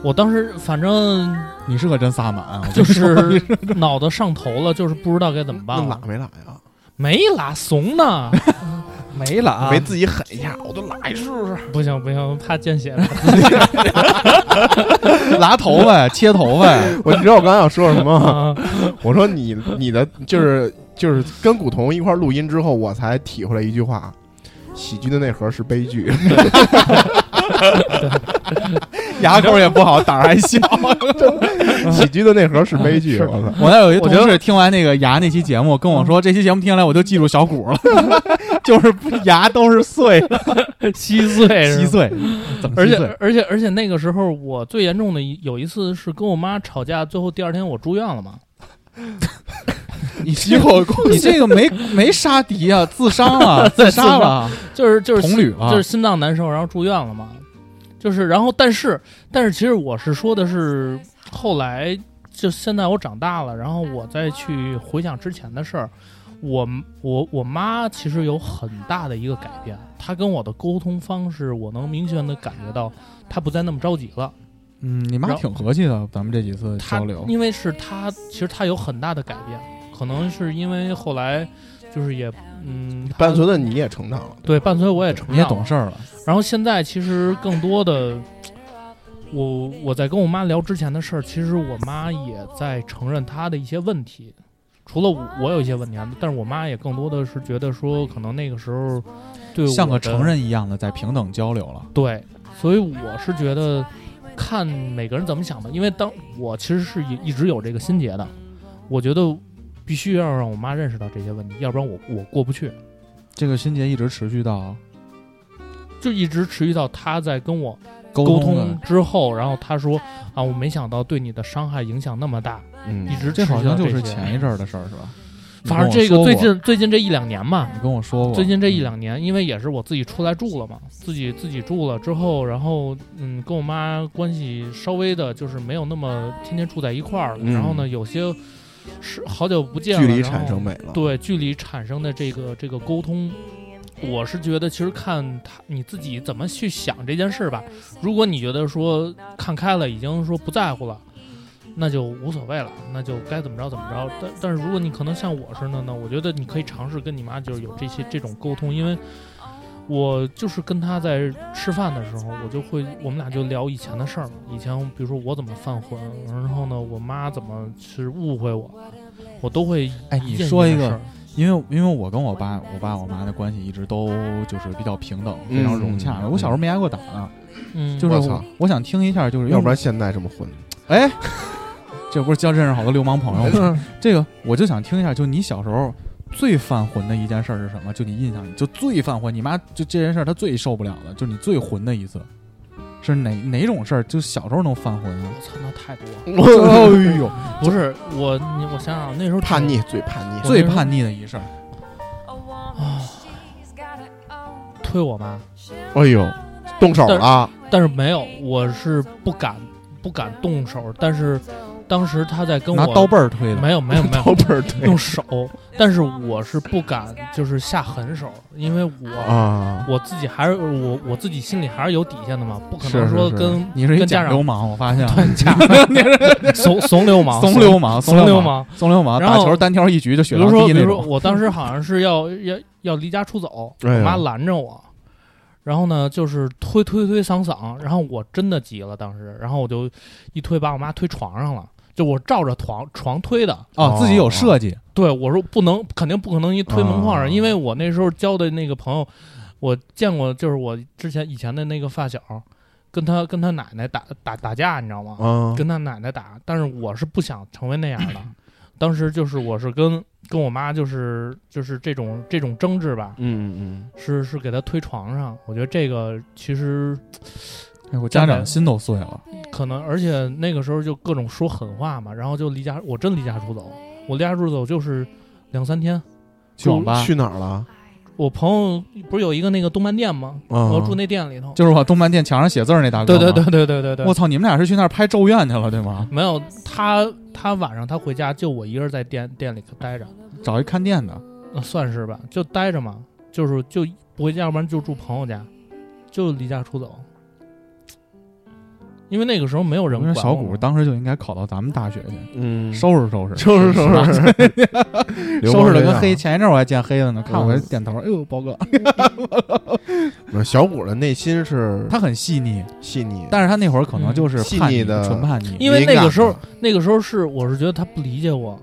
Speaker 6: 我当时反正
Speaker 3: 你是个真撒满，我跟
Speaker 6: 就
Speaker 3: 你说
Speaker 6: 是脑子上头了，就是不知道该怎么
Speaker 5: 那
Speaker 6: 办啊
Speaker 5: 拉
Speaker 6: 了，
Speaker 5: 没拉呀？
Speaker 6: 没拉怂呢，
Speaker 4: 没了啊
Speaker 5: 没，自己狠一下，我都拉一试试。
Speaker 6: 不行不行，怕见血。
Speaker 3: 拉头发、切头发，
Speaker 5: 我你知道我刚才想说什么吗？
Speaker 6: 啊
Speaker 5: 我说你你的就是就是跟古潼一块儿录音之后，我才体会了一句话：喜剧的内核是悲剧。
Speaker 3: 牙口也不好，胆儿还小。
Speaker 5: 喜剧的内核是悲剧。我操！
Speaker 3: 我那有一同
Speaker 4: 我觉
Speaker 3: 事听完那个牙那期节目，跟我说这期节目听下来我就记住小骨 了，就是不牙都是碎的，
Speaker 6: 稀碎是吧
Speaker 3: 稀碎，怎么
Speaker 6: 而
Speaker 3: 稀
Speaker 6: 且
Speaker 3: 碎？
Speaker 6: 而且而且那个时候我最严重的一有一次是跟我妈吵架，最后第二天我住院了嘛。
Speaker 3: 你这个你这个没没杀敌啊，自伤 啊，自杀了，
Speaker 6: 就是就是
Speaker 3: 同旅啊了
Speaker 6: 就是心脏难受，然后住院了嘛。就是然后但是但是其实我是说的是后来就现在我长大了，然后我再去回想之前的事儿，我我我妈其实有很大的一个改变，她跟我的沟通方式，我能明显的感觉到她不再那么着急了。
Speaker 3: 嗯，你妈
Speaker 6: 然后
Speaker 3: 挺和气的，咱们这几次
Speaker 6: 他
Speaker 3: 交流，
Speaker 6: 因为是他，其实他有很大的改变，可能是因为后来就是也嗯，他
Speaker 5: 伴随着你也成长了，
Speaker 6: 对伴随我也成长，
Speaker 3: 你也懂。事儿了，
Speaker 6: 然后现在其实更多的，我我在跟我妈聊之前的事儿，其实我妈也在承认她的一些问题，除了我我有一些问题啊，但是我妈也更多的是觉得说，可能那个时候对我
Speaker 3: 像个
Speaker 6: 的
Speaker 3: 成人一样的在平等交流了。
Speaker 6: 对，所以我是觉得看每个人怎么想吧，因为当我其实是一一直有这个心结的，我觉得必须要让我妈认识到这些问题，要不然我我过不去，
Speaker 3: 这个心结一直持续到
Speaker 6: 就一直持续到她在跟我
Speaker 3: 沟
Speaker 6: 沟
Speaker 3: 通啊的
Speaker 6: 通之后，然后她说啊，我没想到对你的伤害影响那么大，
Speaker 5: 嗯
Speaker 6: 一直
Speaker 3: 这好像就是
Speaker 6: 持续到这些
Speaker 3: 前一阵儿的事儿，是吧？
Speaker 6: 反正这个
Speaker 3: 你跟我说过
Speaker 6: 最近最近这一两年吧，
Speaker 3: 你跟我说过，嗯
Speaker 6: 最近这一两年，因为也是我自己出来住了嘛，自己自己住了之后，然后嗯，跟我妈关系稍微的就是没有那么天天住在一块儿了。
Speaker 5: 嗯
Speaker 6: 然后呢，有些是好久不见了，
Speaker 5: 距离
Speaker 6: 然后
Speaker 5: 产生美了。
Speaker 6: 对距离产生的这个这个沟通，我是觉得其实看他你自己怎么去想这件事吧。如果你觉得说看开了，已经说不在乎了。那就无所谓了，那就该怎么着怎么着。但但是如果你可能像我似的呢，我觉得你可以尝试跟你妈就是有这些这种沟通，因为我就是跟她在吃饭的时候，我就会我们俩就聊以前的事儿嘛。以前比如说我怎么犯浑，然后呢我妈怎么是误会我，我都会
Speaker 3: 哎
Speaker 6: 一
Speaker 3: 你
Speaker 6: 件
Speaker 3: 说
Speaker 6: 一
Speaker 3: 一
Speaker 6: 件
Speaker 3: 个
Speaker 6: 事儿
Speaker 3: 因为因为我跟我爸、我爸、我妈的关系一直都就是比较平等，非常融洽。
Speaker 5: 嗯
Speaker 3: 我小时候没挨过打呢，
Speaker 6: 嗯，
Speaker 3: 就是
Speaker 5: 我
Speaker 3: 我
Speaker 5: 操
Speaker 3: 我想听一下，就是
Speaker 5: 要不然现在这么混，
Speaker 3: 哎，这不是交认识好多流氓朋友吗？
Speaker 4: 嗯
Speaker 3: 这个我就想听一下，就你小时候最犯浑的一件事儿是什么？就你印象里就最犯浑，你妈就这件事儿她最受不了了，就你最浑的一次是哪哪种事儿？就小时候能犯浑啊
Speaker 6: 我？操，那太多了。
Speaker 3: 哎呦，
Speaker 6: 不是我，你我想想，那时候
Speaker 5: 叛逆最叛逆，
Speaker 3: 最叛逆的一事儿，
Speaker 4: 推我妈，
Speaker 5: 哎呦，动 手了，哦
Speaker 6: 但是没有，我是不敢不敢动手，但是当时他在跟我
Speaker 3: 拿刀背儿推的，
Speaker 6: 没有没有没有
Speaker 5: 刀背儿对
Speaker 6: 用手，但是我是不敢就是下狠手，因为我、
Speaker 5: 啊，
Speaker 6: 我自己还是我我自己心里还是有底线的嘛，不可
Speaker 5: 是
Speaker 6: 能
Speaker 5: 是
Speaker 6: 说
Speaker 5: 是
Speaker 6: 跟
Speaker 3: 你是一
Speaker 6: 跟家
Speaker 3: 假
Speaker 6: 长啊
Speaker 3: 流氓，我发现了。
Speaker 6: 团架，怂怂流氓，
Speaker 3: 怂流氓，
Speaker 6: 怂
Speaker 3: 流
Speaker 6: 流，氓。
Speaker 3: 怂流氓，
Speaker 6: 然
Speaker 3: 打
Speaker 6: 后
Speaker 3: 球单挑一局就
Speaker 6: 比
Speaker 3: 血
Speaker 6: 如
Speaker 3: 量
Speaker 6: 说，
Speaker 3: 低
Speaker 6: 比
Speaker 3: 那
Speaker 6: 如说，
Speaker 3: 种。
Speaker 6: 我当时好像是要要要离家出走，
Speaker 5: 哎
Speaker 6: 我
Speaker 5: 呦
Speaker 6: 妈拦着我，然后呢，就是推推推搡搡，然后我真的急了，当时，然后我就一推把我妈推床上了，就我照着床床推的。
Speaker 3: 哦
Speaker 5: 哦，
Speaker 3: 自己有设计，
Speaker 6: 对，我说不能，肯定不可能一推门框上，
Speaker 5: 哦
Speaker 6: 因为我那时候交的那个朋友，我见过，就是我之前以前的那个发小，跟他跟他奶奶打打打架，你知道吗？
Speaker 5: 啊，
Speaker 6: 跟他奶奶打，但是我是不想成为那样的。当时就是我是跟跟我妈就是就是这种这种争执吧，
Speaker 5: 嗯嗯
Speaker 6: 是是给她推床上。我觉得这个其实
Speaker 3: 哎我家长心都碎了。
Speaker 6: 可能，而且那个时候就各种说狠话嘛，然后就离家，我真离家出走。我离家出走就是两三天。
Speaker 3: 去网吧
Speaker 5: 嗯，，去哪儿了？
Speaker 6: 我朋友不是有一个那个动漫店吗？
Speaker 5: 啊，
Speaker 6: 我
Speaker 3: 嗯
Speaker 6: 住那店里头。
Speaker 3: 就是我动漫店墙上写字儿那大哥。
Speaker 6: 对对对，对对对对
Speaker 3: 我。操，你们俩是去那儿拍《咒怨》去了对吗？
Speaker 6: 没有他，他晚上他回家就我一个人在店店里待着。
Speaker 3: 找一看店的，
Speaker 6: 呃算是吧，就待着嘛，就是就不回家，要不然就住朋友家，就离家出走。因为那个时候没有
Speaker 3: 我
Speaker 6: 人
Speaker 3: 跟你
Speaker 6: 管
Speaker 3: 说小
Speaker 6: 我
Speaker 3: 谷
Speaker 6: 嘛
Speaker 3: 当时就应该考到咱们大学去，
Speaker 5: 嗯，
Speaker 3: 收拾收拾，
Speaker 5: 收拾收拾，
Speaker 3: 收拾的
Speaker 5: 的
Speaker 3: 跟黑。前一阵儿我还见黑的呢，看我
Speaker 5: 嗯
Speaker 3: 这点头，哎呦，包哥，
Speaker 5: 小谷的内心是
Speaker 3: 他很细腻，
Speaker 5: 细腻，
Speaker 3: 但是他那会儿可能就是
Speaker 5: 嗯细腻
Speaker 3: 叛逆
Speaker 5: 的
Speaker 3: 纯叛逆，
Speaker 6: 因为那个时候
Speaker 5: 敏，
Speaker 6: 那个时候是我是觉得他不理解我，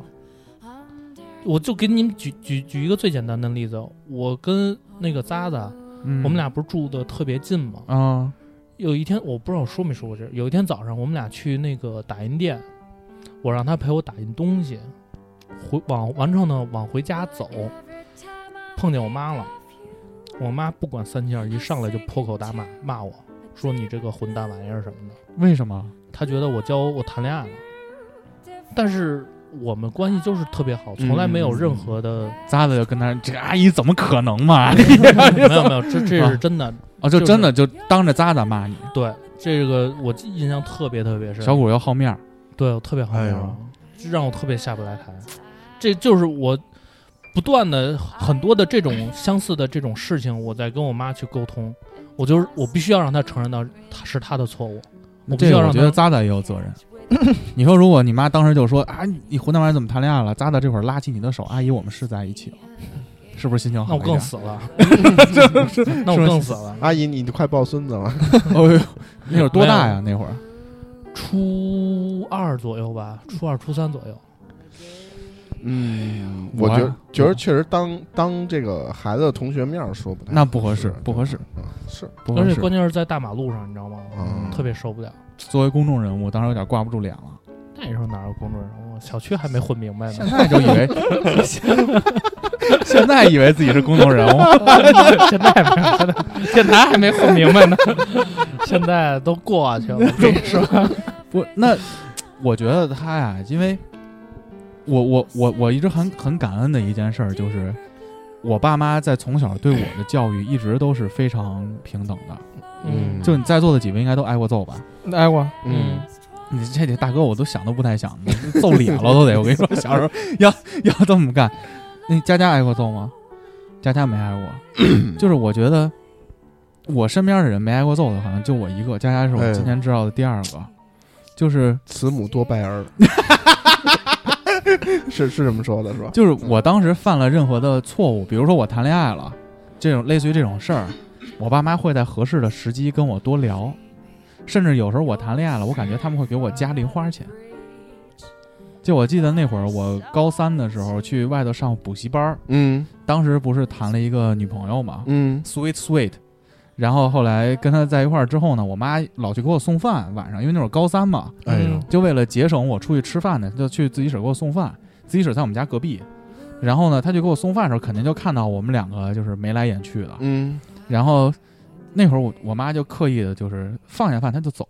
Speaker 6: 我就给你们举举举一个最简单的例子，我跟那个渣渣，
Speaker 3: 嗯
Speaker 6: 我们俩不是住的特别近吗？
Speaker 3: 啊，
Speaker 6: 有一天我不知道说没说过这，有一天早上我们俩去那个打印店，我让他陪我打印东西，回往完之后呢，往回家走，碰见我妈了，我妈不管三七二十一，上来就破口大骂，骂我说你这个混蛋玩意儿什么的，
Speaker 3: 为什么？
Speaker 6: 她觉得我教我谈恋爱了，但是我们关系就是特别好，从来没有任何的，
Speaker 3: 渣子就跟他这阿姨怎么可能嘛？
Speaker 6: 没有没有，这这是真的，
Speaker 3: 哦，就
Speaker 6: 就是
Speaker 3: 真的就当着渣渣骂你，
Speaker 6: 对这个我印象特别特别深。
Speaker 3: 小谷要好面儿，
Speaker 6: 对我特别好玩
Speaker 5: 哎
Speaker 6: 儿，
Speaker 5: 呦
Speaker 6: 这让我特别下不来台。这就是我不断的很多的这种相似的这种事情，我在跟我妈去沟通，我就是我必须要让她承认到她是她的错误。我必
Speaker 3: 这
Speaker 6: 须
Speaker 3: 个
Speaker 6: 要
Speaker 3: 我
Speaker 6: 让
Speaker 3: 觉
Speaker 6: 他
Speaker 3: 得渣渣也有责任。你说，如果你妈当时就说啊，你你混蛋玩意儿怎么谈恋爱了？渣渣这会儿拉起你的手，阿姨，我们是在一起了，是不是心情
Speaker 6: 那
Speaker 3: 好一
Speaker 6: 我更
Speaker 3: 点？
Speaker 6: 死了， 那我更死了。
Speaker 5: 阿姨，你快抱孙子了，
Speaker 3: 哦呦，那会儿多大呀？那会儿
Speaker 6: 初二左右吧，初二初三左右，
Speaker 5: 嗯，我
Speaker 3: 我
Speaker 5: 觉
Speaker 3: 啊
Speaker 5: 觉得确实当当这个孩子的同学面儿说不太
Speaker 3: 那不合适
Speaker 5: 是，
Speaker 3: 不合适，
Speaker 5: 嗯是
Speaker 3: 不合
Speaker 6: 而且
Speaker 3: 适。
Speaker 6: 关键是在大马路上，你知道吗？
Speaker 5: 嗯
Speaker 6: 特别受不了。
Speaker 3: 作为公众人物，当时有点挂不住脸 了。
Speaker 6: 那时候哪有公众人物？小区还没混明白呢
Speaker 3: 现，在就以为， 现在以为自己是公众人物，
Speaker 6: 现在还没有， 现在现在还没混明白呢， 现在都过去了。
Speaker 3: 不，那我觉得他呀，因为我我我我一直很很感恩的一件事儿，就是我爸妈在从小对我的教育一直都是非常平等的。
Speaker 6: 嗯
Speaker 3: 就你在座的几位应该都挨过揍吧？
Speaker 4: 挨过，
Speaker 5: 嗯，
Speaker 3: 你这得大哥，我都想都不太想，揍脸了都得。我跟你说，小时候要要这么干。那佳佳挨过揍吗？佳佳没挨过，就是我觉得我身边的人没挨过揍的，好像就我一个。佳佳是我今天知道的第二个，就是
Speaker 5: 慈母多败儿， 是是这么说的，是吧？
Speaker 3: 就是我当时犯了任何的错误，比如说我谈恋爱了，这种类似于这种事儿，我爸妈会在合适的时机跟我多聊，甚至有时候我谈恋爱了，我感觉他们会给我加零花钱。就我记得那会儿我高三的时候去外头上补习班儿，
Speaker 5: 嗯
Speaker 3: 当时不是谈了一个女朋友嘛、
Speaker 5: 嗯
Speaker 3: s w e e t Sweet，然后后来跟她在一块儿之后呢，我妈老去给我送饭，晚上因为那会儿高三嘛，
Speaker 5: 哎呦
Speaker 4: 嗯
Speaker 3: 就为了节省我出去吃饭呢，就去自习室给我送饭。自习室在我们家隔壁，然后呢，他就给我送饭的时候，肯定就看到我们两个就是眉来眼去的。
Speaker 5: 嗯
Speaker 3: 然后那会儿我我妈就刻意的就是放下饭她就走，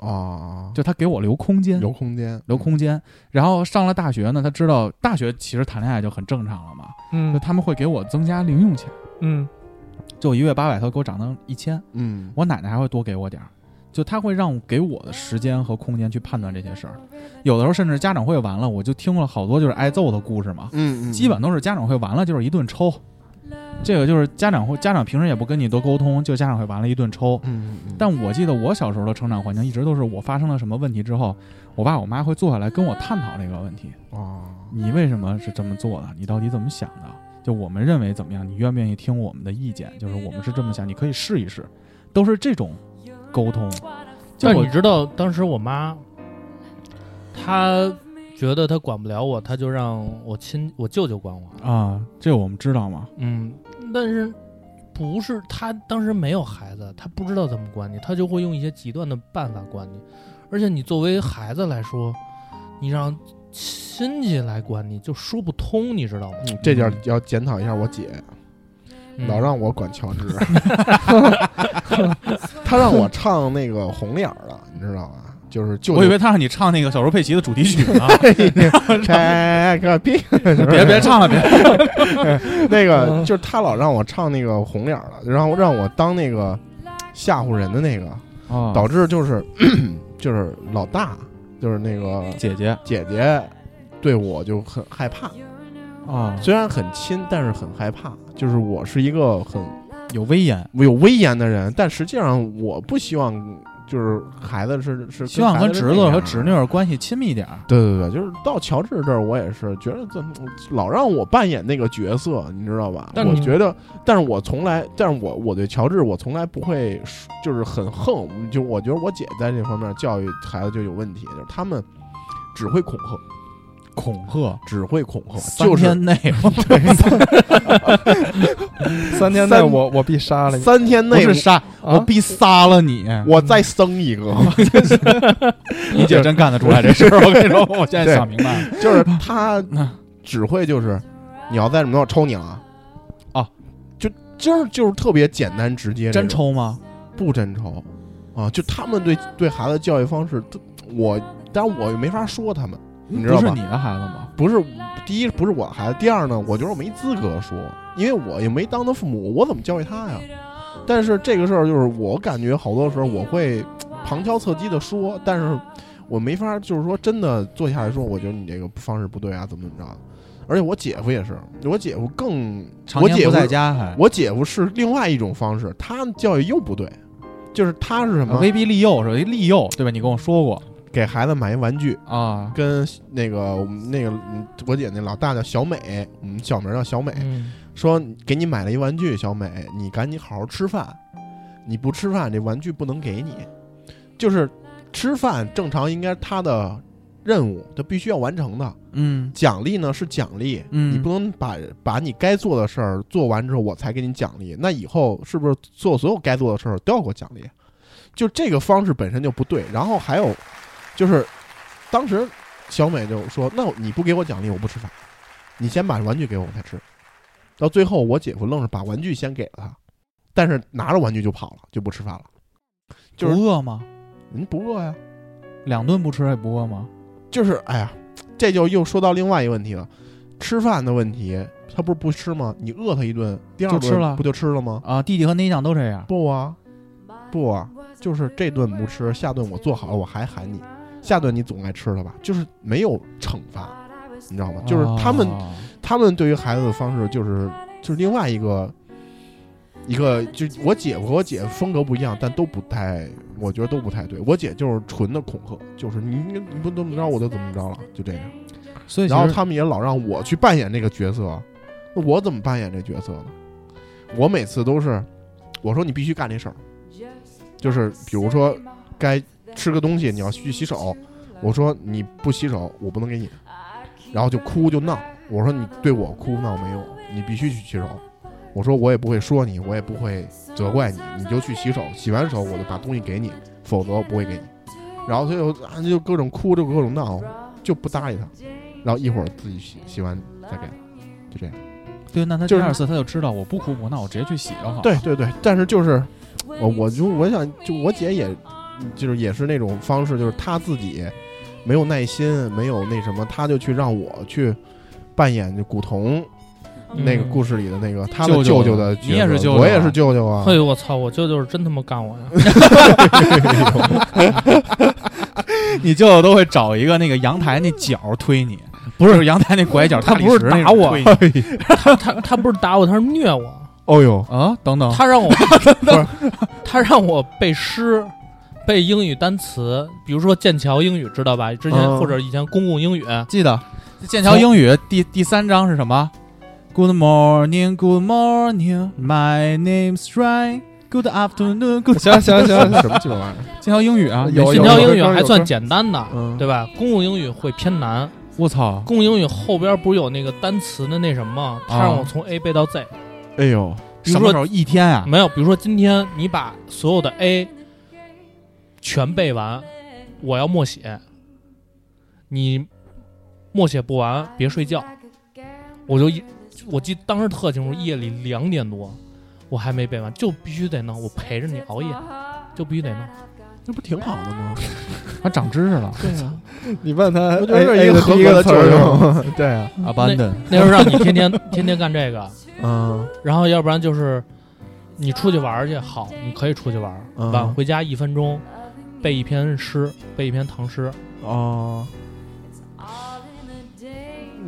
Speaker 5: 哦，
Speaker 3: 就她给我留空间，
Speaker 5: 留空间，
Speaker 3: 留空间。然后上了大学呢，她知道大学其实谈恋爱就很正常了嘛，就
Speaker 4: 嗯
Speaker 3: 他们会给我增加零用钱，
Speaker 4: 嗯
Speaker 3: 就一月八百，她给我涨到一千，
Speaker 5: 嗯
Speaker 3: 我奶奶还会多给我点儿，就她会让我给我的时间和空间去判断这些事儿。有的时候甚至家长会完了，我就听了好多就是挨揍的故事嘛，
Speaker 5: 嗯嗯，
Speaker 3: 基本都是家长会完了就是一顿抽。这个就是家长会，家长平时也不跟你多沟通，就家长会完了一顿抽。
Speaker 5: 嗯，嗯嗯
Speaker 3: 但我记得我小时候的成长环境一直都是我发生了什么问题之后，我爸我妈会坐下来跟我探讨这个问题，
Speaker 5: 哦，
Speaker 3: 你为什么是这么做的？你到底怎么想的？就我们认为怎么样？你愿不愿意听我们的意见？就是我们是这么想，你可以试一试，都是这种沟通。就
Speaker 6: 但
Speaker 3: 我
Speaker 6: 你知道，当时我妈，她觉得她管不了我，她就让我亲我舅舅管我。
Speaker 3: 啊，这我们知道吗？
Speaker 6: 嗯，但是不是她当时没有孩子，她不知道怎么管你，她就会用一些极端的办法管你。而且你作为孩子来说，你让亲戚来管你就说不通，你知道吗？
Speaker 5: 嗯这点儿要检讨一下我姐，
Speaker 6: 嗯
Speaker 5: 老让我管乔治，她让我唱那个红脸儿了，你知道吗？就是舅舅，
Speaker 3: 我以为他让你唱那个小时候佩奇的主题曲呢，
Speaker 5: 拆个屁，
Speaker 3: 别别唱了， 别
Speaker 5: 那个就是她老让我唱那个红脸儿了，然后让我当那个吓唬人的那个，
Speaker 3: 哦
Speaker 5: 导致就是 就是老大就是那个
Speaker 3: 姐姐
Speaker 5: 姐姐对我就很害怕，
Speaker 3: 啊，
Speaker 5: 虽然很亲，但是很害怕。就是我是一个很
Speaker 3: 有威严，
Speaker 5: 有威严的人，但实际上我不希望就是孩子是是
Speaker 3: 希望
Speaker 5: 跟
Speaker 3: 跟
Speaker 5: 孩
Speaker 3: 侄子啊
Speaker 5: 是那
Speaker 3: 和
Speaker 5: 样啊
Speaker 3: 侄女。儿关系亲密一点儿。
Speaker 5: 对对对，就是到乔治这儿，我也是觉得怎么老让我扮演那个角色，你知道吧？
Speaker 6: 但
Speaker 5: 我
Speaker 6: 你
Speaker 5: 觉得，但是我从来，但是我我对乔治，我从来不会就是很横，就我觉得我姐在这方面教育孩子就有问题，就是他们只会恐吓，
Speaker 3: 恐吓，
Speaker 5: 只会恐吓，
Speaker 3: 三
Speaker 5: 就是
Speaker 3: 天内
Speaker 4: 三天内
Speaker 5: 三
Speaker 4: 我我必杀了你
Speaker 5: 三天
Speaker 3: 不
Speaker 5: 内
Speaker 3: 是 杀，
Speaker 4: 啊
Speaker 3: 我必杀了你！
Speaker 5: 我再生 一个，
Speaker 3: 你姐真干得出来这事儿，我跟你说，我现在想明白了。
Speaker 5: 就是他
Speaker 3: 嗯
Speaker 5: 只会就是你要再怎么着，我抽你了
Speaker 3: 啊！
Speaker 5: 就就是就是特别简单直接，
Speaker 3: 真抽吗？
Speaker 5: 不真抽啊？就他们对对孩子教育方式，都我但我又没法说他们，你知道
Speaker 3: 不是
Speaker 5: 吧
Speaker 3: 你？的孩子吗？
Speaker 5: 不是第一不是我的孩子，第二呢，我觉得我没资格说，因为我也没当他父母，我怎么教育他呀？但是这个事儿就是我感觉好多时候我会旁敲侧击的说，但是我没法就是说真的坐下来说，我觉得你这个方式不对啊，怎么怎么着的。而且我姐夫也是，我姐夫更
Speaker 3: 常
Speaker 5: 我
Speaker 3: 年
Speaker 5: 姐
Speaker 3: 不
Speaker 5: 夫
Speaker 3: 在家还
Speaker 5: 我姐夫是另外一种方式，他教育又不对，就是他是什么？
Speaker 3: 威逼利诱是吧？利诱对吧？你跟我说过
Speaker 5: 给孩子买一玩具，
Speaker 3: 啊
Speaker 5: 跟那个我们那个嗯我姐那老大叫小美，我们小名叫小美，
Speaker 6: 嗯，
Speaker 5: 说给你买了一玩具，小美，你赶紧好好吃饭，你不吃饭这玩具不能给你。就是吃饭正常应该是他的任务，他必须要完成的。
Speaker 3: 嗯
Speaker 5: 奖励呢是奖励，
Speaker 3: 嗯
Speaker 5: 你不能把把你该做的事儿做完之后我才给你奖励，那以后是不是做所有该做的事儿都要给我奖励？就这个方式本身就不对。然后还有就是，当时小美就说：“那你不给我奖励，我不吃饭，你先把玩具给我，我才吃。”到最后，我姐夫愣是把玩具先给了他，但是拿着玩具就跑了，就不吃饭了。就是
Speaker 3: 不饿吗？
Speaker 5: 您不饿呀？
Speaker 3: 两顿不吃也不饿吗？
Speaker 5: 就是哎呀，这就又说到另外一个问题了，吃饭的问题，他不是不吃吗？你饿他一顿，第二
Speaker 3: 就吃了
Speaker 5: 顿不就吃了吗？
Speaker 3: 啊，弟弟和内酱都这样。
Speaker 5: 不啊，不啊，就是这顿不吃，下顿我做好了我还喊你，下顿你总该吃了吧？就是没有惩罚，你知道吗？就是他们、
Speaker 3: 哦
Speaker 5: 他们对于孩子的方式就是就是另外一个。一个就我姐夫和我姐夫风格不一样，但都不太，我觉得都不太对。我姐就是纯的恐吓，就是你你你不怎么着我就怎么着了，就这样。
Speaker 3: 所以其
Speaker 5: 然后
Speaker 3: 实
Speaker 5: 他们也老让我去扮演这个角色，那我怎么扮演这角色呢？我每次都是，我说你必须干这事儿，就是比如说该吃个东西，你要去洗手，我说你不洗手，我不能给你。然后就哭就闹。我说你对我哭闹没用，你必须去洗手。我说我也不会说你，我也不会责怪你，你就去洗手。洗完手我就把东西给你，否则我不会给你。然后他就啊就各种哭，就各种闹，就不搭理他。然后一会儿自己洗洗完再给他，就这样。
Speaker 3: 对，那他第
Speaker 5: 就是
Speaker 3: 二次他就知道我不哭不闹，我直接去洗就好了。
Speaker 5: 对对对，但是就是我我就我想就我姐也
Speaker 6: 嗯
Speaker 5: 就是也是那种方式，就是她自己没有耐心，没有那什么，她就去让我去扮演古潼
Speaker 2: 嗯
Speaker 5: 那个故事里的那个她的
Speaker 3: 舅舅
Speaker 5: 舅舅的角色，
Speaker 3: 你也是舅舅啊
Speaker 5: 我也是舅舅啊
Speaker 6: 哎。呦我操！我舅舅是真他妈干我呀！
Speaker 3: 你舅舅都会找一个那个阳台那角推你，不是阳台那拐角，
Speaker 6: 他
Speaker 3: 大理
Speaker 6: 不是
Speaker 3: 石那
Speaker 6: 打
Speaker 3: 种
Speaker 6: 我
Speaker 3: 推你
Speaker 6: 他他他不是打我，他是虐我。
Speaker 5: 哦呦，
Speaker 3: 啊，等等，
Speaker 6: 他让我 他让我背诗，背英语单词，比如说剑桥英语，知道吧？之前
Speaker 5: 嗯
Speaker 6: 或者以前公共英
Speaker 5: 啊
Speaker 6: 语，
Speaker 3: 记得剑桥英语第第三章是什么？Good morning, Good morning, my name's Ryan. Good afternoon, Good
Speaker 4: 行行行行，
Speaker 5: 什么鸡巴玩意儿？
Speaker 3: 剑桥英语啊，
Speaker 5: 有
Speaker 3: 没学
Speaker 5: 有
Speaker 6: 剑
Speaker 3: 过
Speaker 6: 桥
Speaker 5: 有
Speaker 6: 英语
Speaker 5: 有有
Speaker 6: 还算
Speaker 5: 有
Speaker 6: 简单的，
Speaker 5: 嗯
Speaker 6: 对吧？公共英语会偏难。
Speaker 3: 我操，
Speaker 6: 公共英语后边不是有那个单词的那什么吗？他让我从 A 背到 Z。
Speaker 5: 哎呦，
Speaker 6: 比
Speaker 3: 什
Speaker 6: 如
Speaker 3: 么
Speaker 6: 说
Speaker 3: 时候一天
Speaker 4: 嗯
Speaker 3: 啊？
Speaker 6: 没有，比如说今天你把所有的 A 全背完，我要默写，你默写不完别睡觉，我就一我记当时特清楚，夜里两点多我还没背完，就必须得弄，我陪着你熬夜，就必须得弄。
Speaker 5: 那不挺好的吗？
Speaker 3: 他长知识了
Speaker 6: 对啊，
Speaker 4: 你问他，
Speaker 5: 不就是
Speaker 4: 哎
Speaker 5: 一
Speaker 4: 哎
Speaker 5: 个
Speaker 4: 第
Speaker 5: 合
Speaker 4: 一
Speaker 5: 格
Speaker 4: 个
Speaker 5: 的
Speaker 4: 词
Speaker 5: 舅
Speaker 4: 儿 吗
Speaker 5: 舅？对啊，
Speaker 3: ，abandon，
Speaker 6: 那时候让你天天天天干这个，
Speaker 5: 嗯
Speaker 6: 然后要不然就是你出去玩儿去，好，你可以出去玩儿，
Speaker 5: 嗯
Speaker 6: 晚回家一分钟，背一篇诗，背一篇唐诗，
Speaker 5: 哦，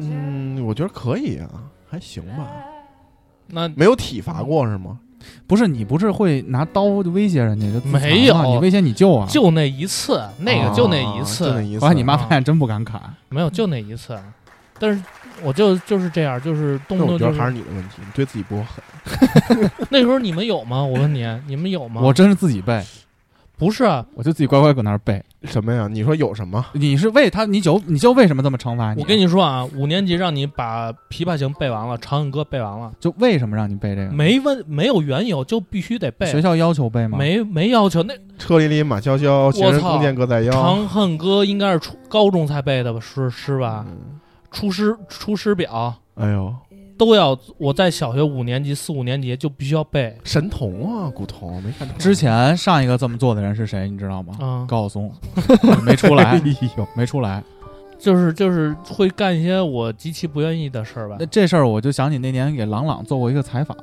Speaker 5: 嗯，我觉得可以啊，还行
Speaker 2: 哎
Speaker 5: 吧。
Speaker 6: 那
Speaker 5: 没有体罚过是吗？
Speaker 3: 不是你不是会拿刀威胁人家就自残吗
Speaker 6: 没有
Speaker 3: 你威胁你舅啊？
Speaker 6: 就那一次，那个哎就那一
Speaker 5: 啊
Speaker 6: 次，
Speaker 5: 就那一次。
Speaker 3: 后来你妈
Speaker 6: 啊
Speaker 3: 发现真不敢砍，
Speaker 6: 没有就那一次。但是我就就是这样，就是动
Speaker 5: 那
Speaker 6: 不
Speaker 5: 我
Speaker 6: 动
Speaker 5: 觉
Speaker 6: 就
Speaker 5: 得还是你的问题，你对自己不够狠。
Speaker 6: 那时候你们有吗？我问你，你们有吗？
Speaker 3: 我真是自己背，
Speaker 6: 不是啊，
Speaker 3: 我就自己乖乖搁那儿背。
Speaker 5: 什么呀？你说有什么？
Speaker 3: 你是为他，你舅你舅为什么这么惩罚你？
Speaker 6: 我跟你说啊，五年级让你把《琵琶行》背完了，《长恨歌》背完了，
Speaker 3: 就为什么让你背
Speaker 5: 嗯
Speaker 3: 这个？
Speaker 6: 没问没有缘由就必须得
Speaker 3: 学
Speaker 6: 背，
Speaker 3: 校要求背吗？
Speaker 6: 没没要求。那《
Speaker 5: 车辚辚马萧萧，行人弓箭各在腰。
Speaker 6: 长恨歌》应该是初高中才背的吧？诗诗吧？
Speaker 5: 嗯
Speaker 6: 出师出师表
Speaker 5: 哎呦，
Speaker 6: 都要，我在小学五年级、四五年级就必须要背
Speaker 5: 神童啊，古潼没看出来
Speaker 3: 之前上一个这么做的人是谁，你知道吗？
Speaker 6: 啊。
Speaker 3: 高晓松，没出 来，
Speaker 5: 哎呦，
Speaker 3: 没出来。
Speaker 6: 就是就是会干一些我极其不愿意的事儿吧
Speaker 3: 那。这事儿我就想起那年给郎朗做过一个采访，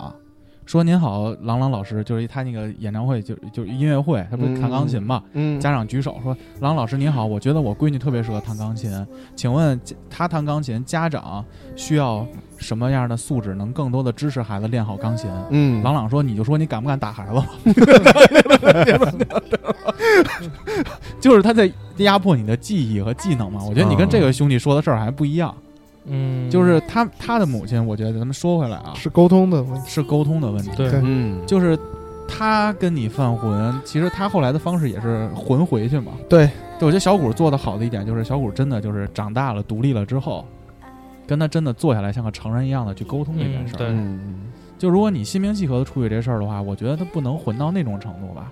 Speaker 3: 说您好，郎朗老师，就是他那个演唱会，就就音乐会，他不是弹钢琴嘛？
Speaker 5: 嗯，
Speaker 3: 家长举手说：“郎老师您好，我觉得我闺女特别适合弹钢琴，请问家她弹钢琴，家长需要什么样的素质，能更多的支持孩子练好钢琴？”
Speaker 5: 嗯，
Speaker 3: 郎朗说：“你就说你敢不敢打孩子吧？” 就是他在压迫你的记忆和技能嘛。我觉得你跟这个兄弟说的事儿还不一样，
Speaker 6: 嗯，
Speaker 3: 就是他他的母亲，我觉得咱们说回来啊，
Speaker 4: 是沟通的问题。
Speaker 3: 是沟通的问题。
Speaker 6: 对
Speaker 4: 对
Speaker 5: 嗯，
Speaker 3: 就是他跟你犯浑，其实他后来的方式也是浑回去嘛。
Speaker 4: 对，
Speaker 3: 对，我觉得小谷做的好的一点就是，小谷真的就是长大了、独立了之后，跟他真的坐下来像个成人一样的去沟通这件
Speaker 6: 嗯
Speaker 3: 事儿。
Speaker 6: 对
Speaker 5: 嗯，
Speaker 3: 就如果你心平气和的处理这事儿的话，我觉得他不能混到那种程度吧。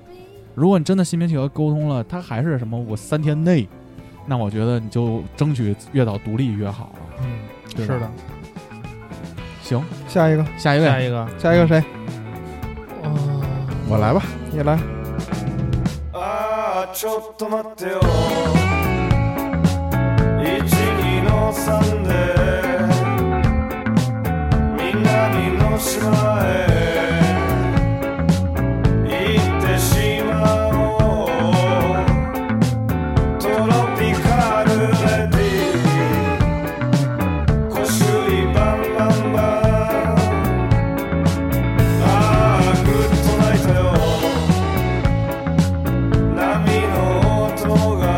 Speaker 3: 如果你真的心平气和沟通了，他还是什么我三天内，那我觉得你就争取越早独立越好了。
Speaker 6: 嗯，
Speaker 3: 对
Speaker 6: 是
Speaker 3: 吧
Speaker 6: 的。
Speaker 3: 行，
Speaker 4: 下一个，
Speaker 3: 下一位，
Speaker 6: 下一个，
Speaker 4: 下一个谁？
Speaker 6: 嗯，
Speaker 5: 我来吧。
Speaker 4: 你来。
Speaker 7: あ啊あちょっと待ってよ12の3で南の島へ行ってしまおうトロピカルレディこしゅりバンバンバンああグッと泣いたよ波の音が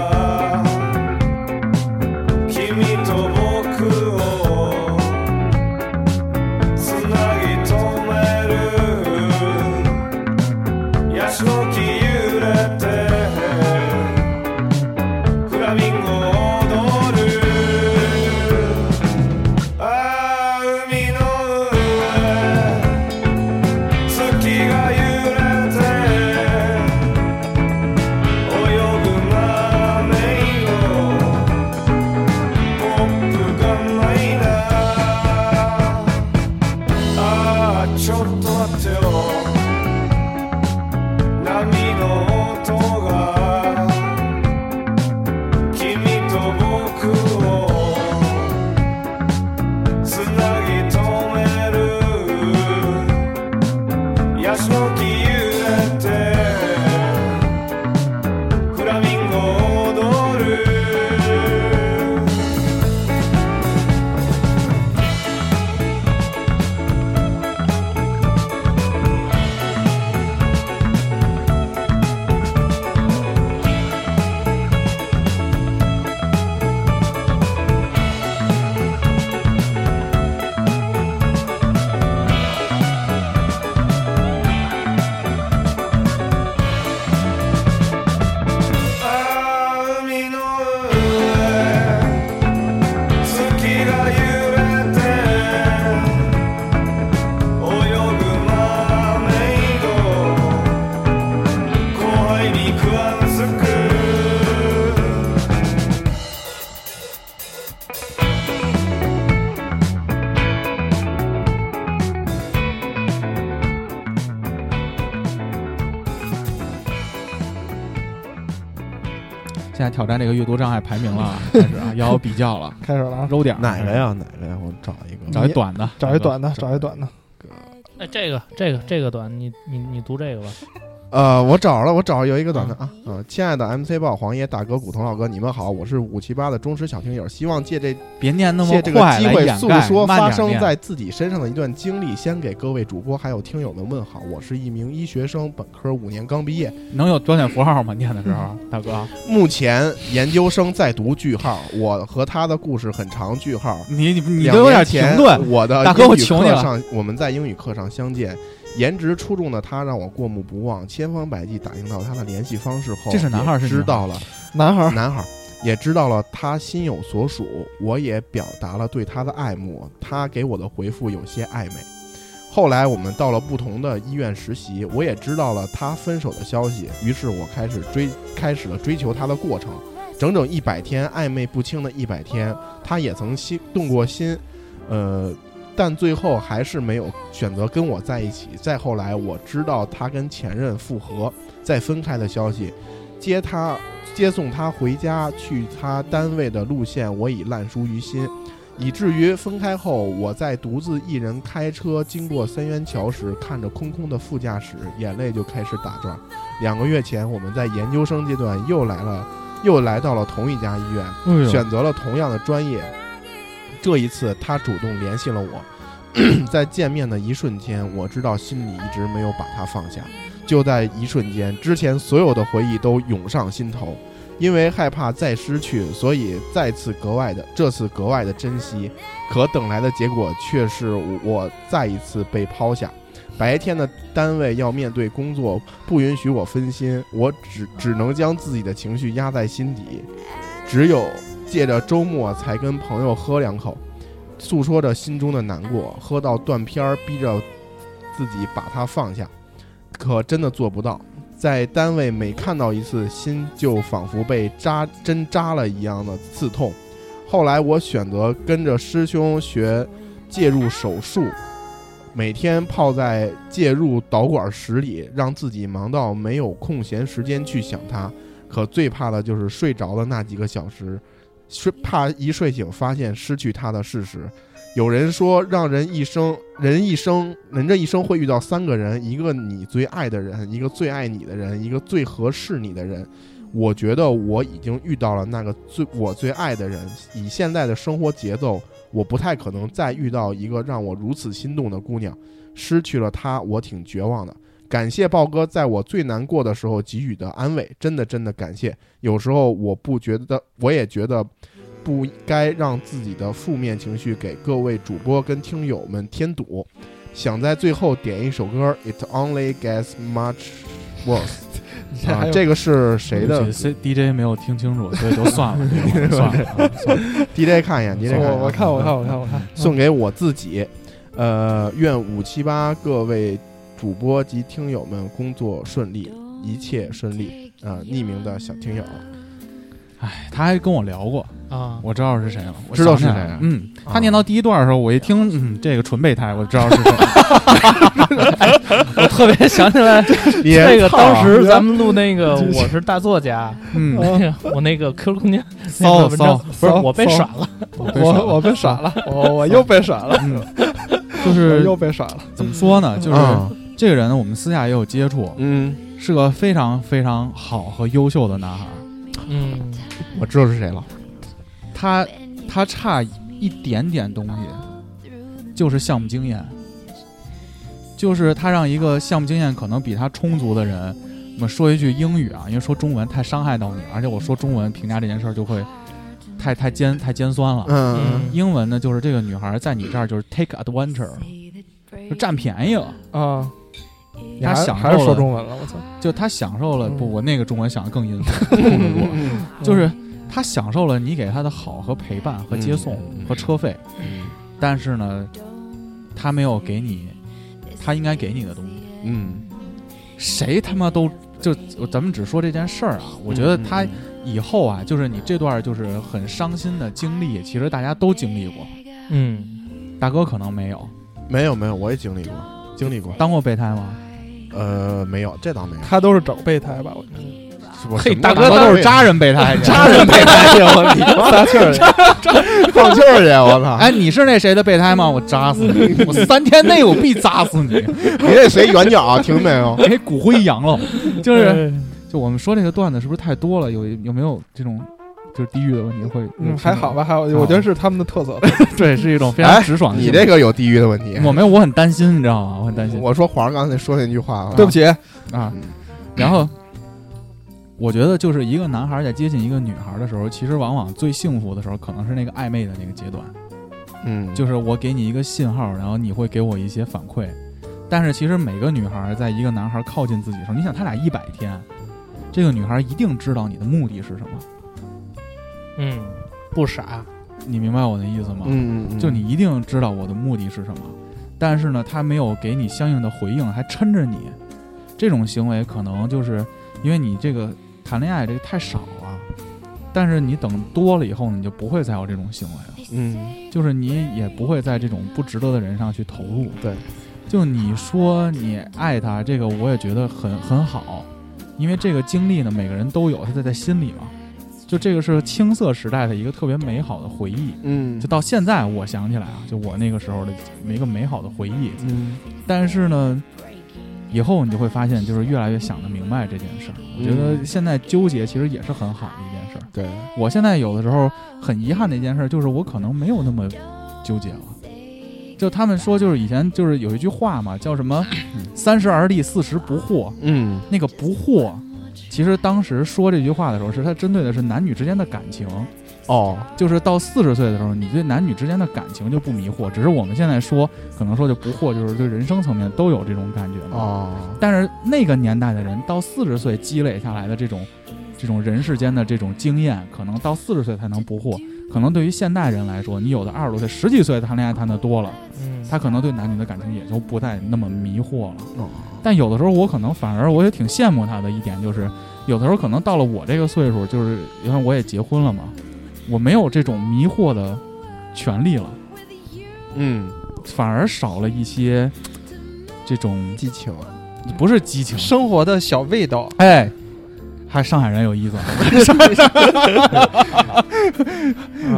Speaker 3: 现在挑战这个阅读障碍排名了 啊，开始啊，要有比较了，
Speaker 8: 开始了啊，
Speaker 3: 揉点儿
Speaker 5: 哪个？呀？哪个呀？我找一个。
Speaker 3: 找一短的，
Speaker 8: 找一短的，找一短的。
Speaker 6: 哎，这个这个这个短，你你你读这个吧。
Speaker 5: 呃，我找了，我找有一个短的啊啊！亲爱的 MC 报黄爷大哥、古潼老哥，你们好，我是五七八的忠实小听友，希望借这
Speaker 3: 别念那么
Speaker 5: 借这个
Speaker 3: 快
Speaker 5: 机
Speaker 3: 来
Speaker 5: 会
Speaker 3: 掩
Speaker 5: 诉
Speaker 3: 盖，
Speaker 5: 说
Speaker 3: 慢
Speaker 5: 发
Speaker 3: 点
Speaker 5: 生
Speaker 3: 念
Speaker 5: 在自己身上的一段经历，先给各位主播还有听友们问好。我是一名医学生，本科五年刚毕业，
Speaker 3: 能有标点符号吗？念的时
Speaker 5: 嗯
Speaker 3: 候，大哥，
Speaker 5: 目前研究生在读。句号，我和他的故事很长。句号，
Speaker 3: 你你你
Speaker 5: 两
Speaker 3: 都有点
Speaker 5: 年前
Speaker 3: 停顿，，
Speaker 5: 我的
Speaker 3: 大哥我
Speaker 5: 英语
Speaker 3: 求
Speaker 5: 课
Speaker 3: 你了
Speaker 5: 上我们在英语课上相见，颜值出众的他让我过目不忘，千方百计打听到他的联系方式后，
Speaker 3: 这是男孩儿是
Speaker 5: 也
Speaker 3: 女孩儿啊
Speaker 5: 知道了
Speaker 8: 男孩儿，
Speaker 5: 男孩儿，也知道了他心有所属，我也表达了对他的爱慕，他给我的回复有些暧昧。后来我们到了不同的医院实习，我也知道了他分手的消息，于是我开始追，开始了追求他的过程，整整一百天，暧昧不清的一百天，他也曾心动过心，呃，但最后还是没有选择跟我在一起。再后来，我知道他跟前任复合，再分开的消息，接他接送他回家去他单位的路线，我已烂熟于心，以至于分开后，我在独自一人开车经过三元桥时，看着空空的副驾驶，眼泪就开始打转。两个月前，我们在研究生阶段又来了，又来到了同一家医院，
Speaker 3: 哎呦
Speaker 5: 选择了同样的专业。这一次，他主动联系了我。 在见面的一瞬间，我知道心里一直没有把他放下。就在一瞬间，之前所有的回忆都涌上心头。因为害怕再失去，所以再次格外的，这次格外的珍惜。可等来的结果却是我再一次被抛下。白天的单位要面对工作，不允许我分心，我只只能将自己的情绪压在心底，只有借着周末才跟朋友喝两口，诉说着心中的难过，喝到断片儿，逼着自己把它放下，可真的做不到。在单位每看到一次，心就仿佛被扎针扎了一样的刺痛。后来我选择跟着师兄学介入手术，每天泡在介入导管室里，让自己忙到没有空闲时间去想他。可最怕的就是睡着的那几个小时，睡怕一睡醒发现失去他的事实。有人说，让人一生，人一生，人这一生会遇到三个人：一个你最爱的人，一个最爱你的人，一个最合适你的人。我觉得我已经遇到了那个最我最爱的人。以现在的生活节奏，我不太可能再遇到一个让我如此心动的姑娘。失去了她，我挺绝望的。感谢豹哥在我最难过的时候给予的安慰，真的真的感谢。有时候我不觉得，我也觉得不该让自己的负面情绪给各位主播跟听友们添堵。想在最后点一首歌，It Only Gets Much Worse 啊，这个是谁的
Speaker 3: 对不起？DJ 没有听清楚，所以就算了，这个算了，算了
Speaker 5: DJ 看一眼，DJ
Speaker 3: 这
Speaker 5: 看一
Speaker 8: 我
Speaker 5: 眼，
Speaker 8: 我看我看我看我看，
Speaker 5: 送给我自己。呃，愿五七八各位主播及听友们工作顺利，一切顺利。啊、匿名的小听友，
Speaker 3: 哎，他还跟我聊过，
Speaker 6: 啊，
Speaker 3: 我知道是谁了，我
Speaker 5: 知道
Speaker 3: 想起来
Speaker 5: 是谁
Speaker 3: 了
Speaker 5: 啊
Speaker 3: 嗯，
Speaker 5: 啊
Speaker 3: 他念到第一段的时候，我一听，嗯，这个纯备胎，我知道是谁。
Speaker 6: 我特别想起来
Speaker 5: 你
Speaker 6: 这个，
Speaker 5: 操
Speaker 6: 当时咱们录那个我是大作家，
Speaker 3: 嗯，
Speaker 6: 我那个 QQ 空间那
Speaker 3: 骚
Speaker 6: 个文章，
Speaker 3: 骚，
Speaker 6: 不是
Speaker 8: 骚
Speaker 6: 我被
Speaker 8: 骚
Speaker 6: 耍了，
Speaker 8: 我我被耍了，哦我我又被耍了，
Speaker 3: 嗯，就
Speaker 8: 我
Speaker 3: 是
Speaker 8: 又被耍了。
Speaker 3: 怎么说呢？就是
Speaker 5: 啊
Speaker 3: 这个人呢，我们私下也有接触，
Speaker 5: 嗯，
Speaker 3: 是个非常非常好和优秀的男孩儿。
Speaker 6: 嗯，
Speaker 5: 我知道是谁了。
Speaker 3: 他他差一点点东西，就是项目经验，就是他让一个项目经验可能比他充足的人，我们说一句英语啊，因为说中文太伤害到你了，而且我说中文评价这件事儿就会太太尖太尖酸了。
Speaker 5: 嗯，
Speaker 3: 英文呢，就是这个女孩在你这儿就是 take adventure，就
Speaker 8: 嗯
Speaker 3: 占便宜了，
Speaker 8: 啊！你
Speaker 3: 他
Speaker 8: 还
Speaker 3: 享
Speaker 8: 还是
Speaker 3: 受
Speaker 8: 说
Speaker 3: 了
Speaker 8: 中文了，我操！
Speaker 3: 就她享受了。
Speaker 8: 嗯
Speaker 3: 不，我那个中文想的更阴森，控制住了。就是
Speaker 8: 嗯
Speaker 3: 他享受了你给他的好和陪伴和接送
Speaker 5: 嗯嗯嗯
Speaker 3: 和车费，但是呢，他没有给你他应该给你的东西。
Speaker 5: 嗯，
Speaker 3: 谁他妈都就咱们只说这件事儿啊，我觉得他以后啊，就是你这段就是很伤心的经历，其实大家都经历过，
Speaker 6: 嗯，
Speaker 3: 大哥可能没有
Speaker 5: 没有没有，我也经历过，经历过。
Speaker 3: 当过备胎吗？
Speaker 5: 呃，没有，这倒没有。
Speaker 8: 他都是找备胎吧？我觉得
Speaker 5: 我
Speaker 4: 嘿
Speaker 5: 什么
Speaker 4: 大哥
Speaker 5: 我
Speaker 3: 都
Speaker 5: 都
Speaker 3: 是渣人备胎去。
Speaker 5: 渣人备胎去，我你放气儿去，放气儿去，我操！
Speaker 3: 哎，你是那谁的备胎吗？我扎死你！我三天内我必扎死你！
Speaker 5: 你那谁圆角啊听没 有？
Speaker 3: 给骨灰扬了，就是
Speaker 8: 嗯
Speaker 3: 就我们说这个段子是不是太多了？有有没有这种就是地域的问题会？
Speaker 8: 嗯，还好？吧，还好，我觉得是他们的特色。
Speaker 3: 对，是一种非常直爽的
Speaker 5: 你
Speaker 3: 性格。
Speaker 5: 这个有地域的问题。
Speaker 3: 我没有，我很担心，你知道吗？我很担心
Speaker 5: 我说皇上刚才说那句话了，
Speaker 8: 对不起，
Speaker 3: 啊。然后我觉得就是一个男孩在接近一个女孩的时候，其实往往最幸福的时候，可能是那个暧昧的那个阶段。
Speaker 5: 嗯，
Speaker 3: 就是我给你一个信号，然后你会给我一些反馈。但是其实每个女孩在一个男孩靠近自己的时候，你想他俩一百天，这个女孩一定知道你的目的是什么，
Speaker 6: 嗯，不傻，
Speaker 3: 你明白我的意思吗？
Speaker 5: 嗯，嗯嗯
Speaker 3: 就你一定知道我的目的是什么，但是呢，他没有给你相应的回应，还抻着你，这种行为可能就是因为你这个谈恋爱这个太少了，但是你等多了以后，你就不会再有这种行为了。
Speaker 5: 嗯，
Speaker 3: 就是你也不会在这种不值得的人上去投入。
Speaker 5: 对，
Speaker 3: 就你说你爱他，这个我也觉得很很好，因为这个经历呢，每个人都有，他在在心里嘛。就这个是青涩时代的一个特别美好的回忆。
Speaker 5: 嗯，
Speaker 3: 就到现在，我想起来啊，就我那个时候的一个美好的回忆。
Speaker 5: 嗯，
Speaker 3: 但是呢，以后你就会发现，就是越来越想得明白这件事儿。我觉得现在纠结其实也是很好的一件事儿。
Speaker 5: 对，
Speaker 3: 我现在有的时候很遗憾的一件事，就是我可能没有那么纠结了。就他们说，就是以前就是有一句话嘛，叫什么“三十而立，四十不惑
Speaker 5: 嗯”。
Speaker 3: 那个“不惑”，其实当时说这句话的时候，是他针对的是男女之间的感情。
Speaker 5: 哦，
Speaker 3: 就是到四十岁的时候，你对男女之间的感情就不迷惑。只是我们现在说，可能说就不惑，就是对人生层面都有这种感觉嘛。
Speaker 5: 哦，
Speaker 3: 但是那个年代的人到四十岁积累下来的这种，这种人世间的这种经验，可能到四十岁才能不惑。可能对于现代人来说，你有的二十多岁、十几岁谈恋爱谈的多了，
Speaker 6: 嗯，
Speaker 3: 他可能对男女的感情也就不再那么迷惑了。
Speaker 5: 哦
Speaker 3: 但有的时候，我可能反而我也挺羡慕他的一点就是，有的时候可能到了我这个岁数，就是因为我也结婚了嘛，我没有这种迷惑的权利了，
Speaker 5: 嗯，
Speaker 3: 反而少了一些这种
Speaker 5: 激情，
Speaker 3: 不是激情，
Speaker 8: 生活的小味道，
Speaker 3: 哎，还上海人有意思。
Speaker 8: 啊
Speaker 3: 就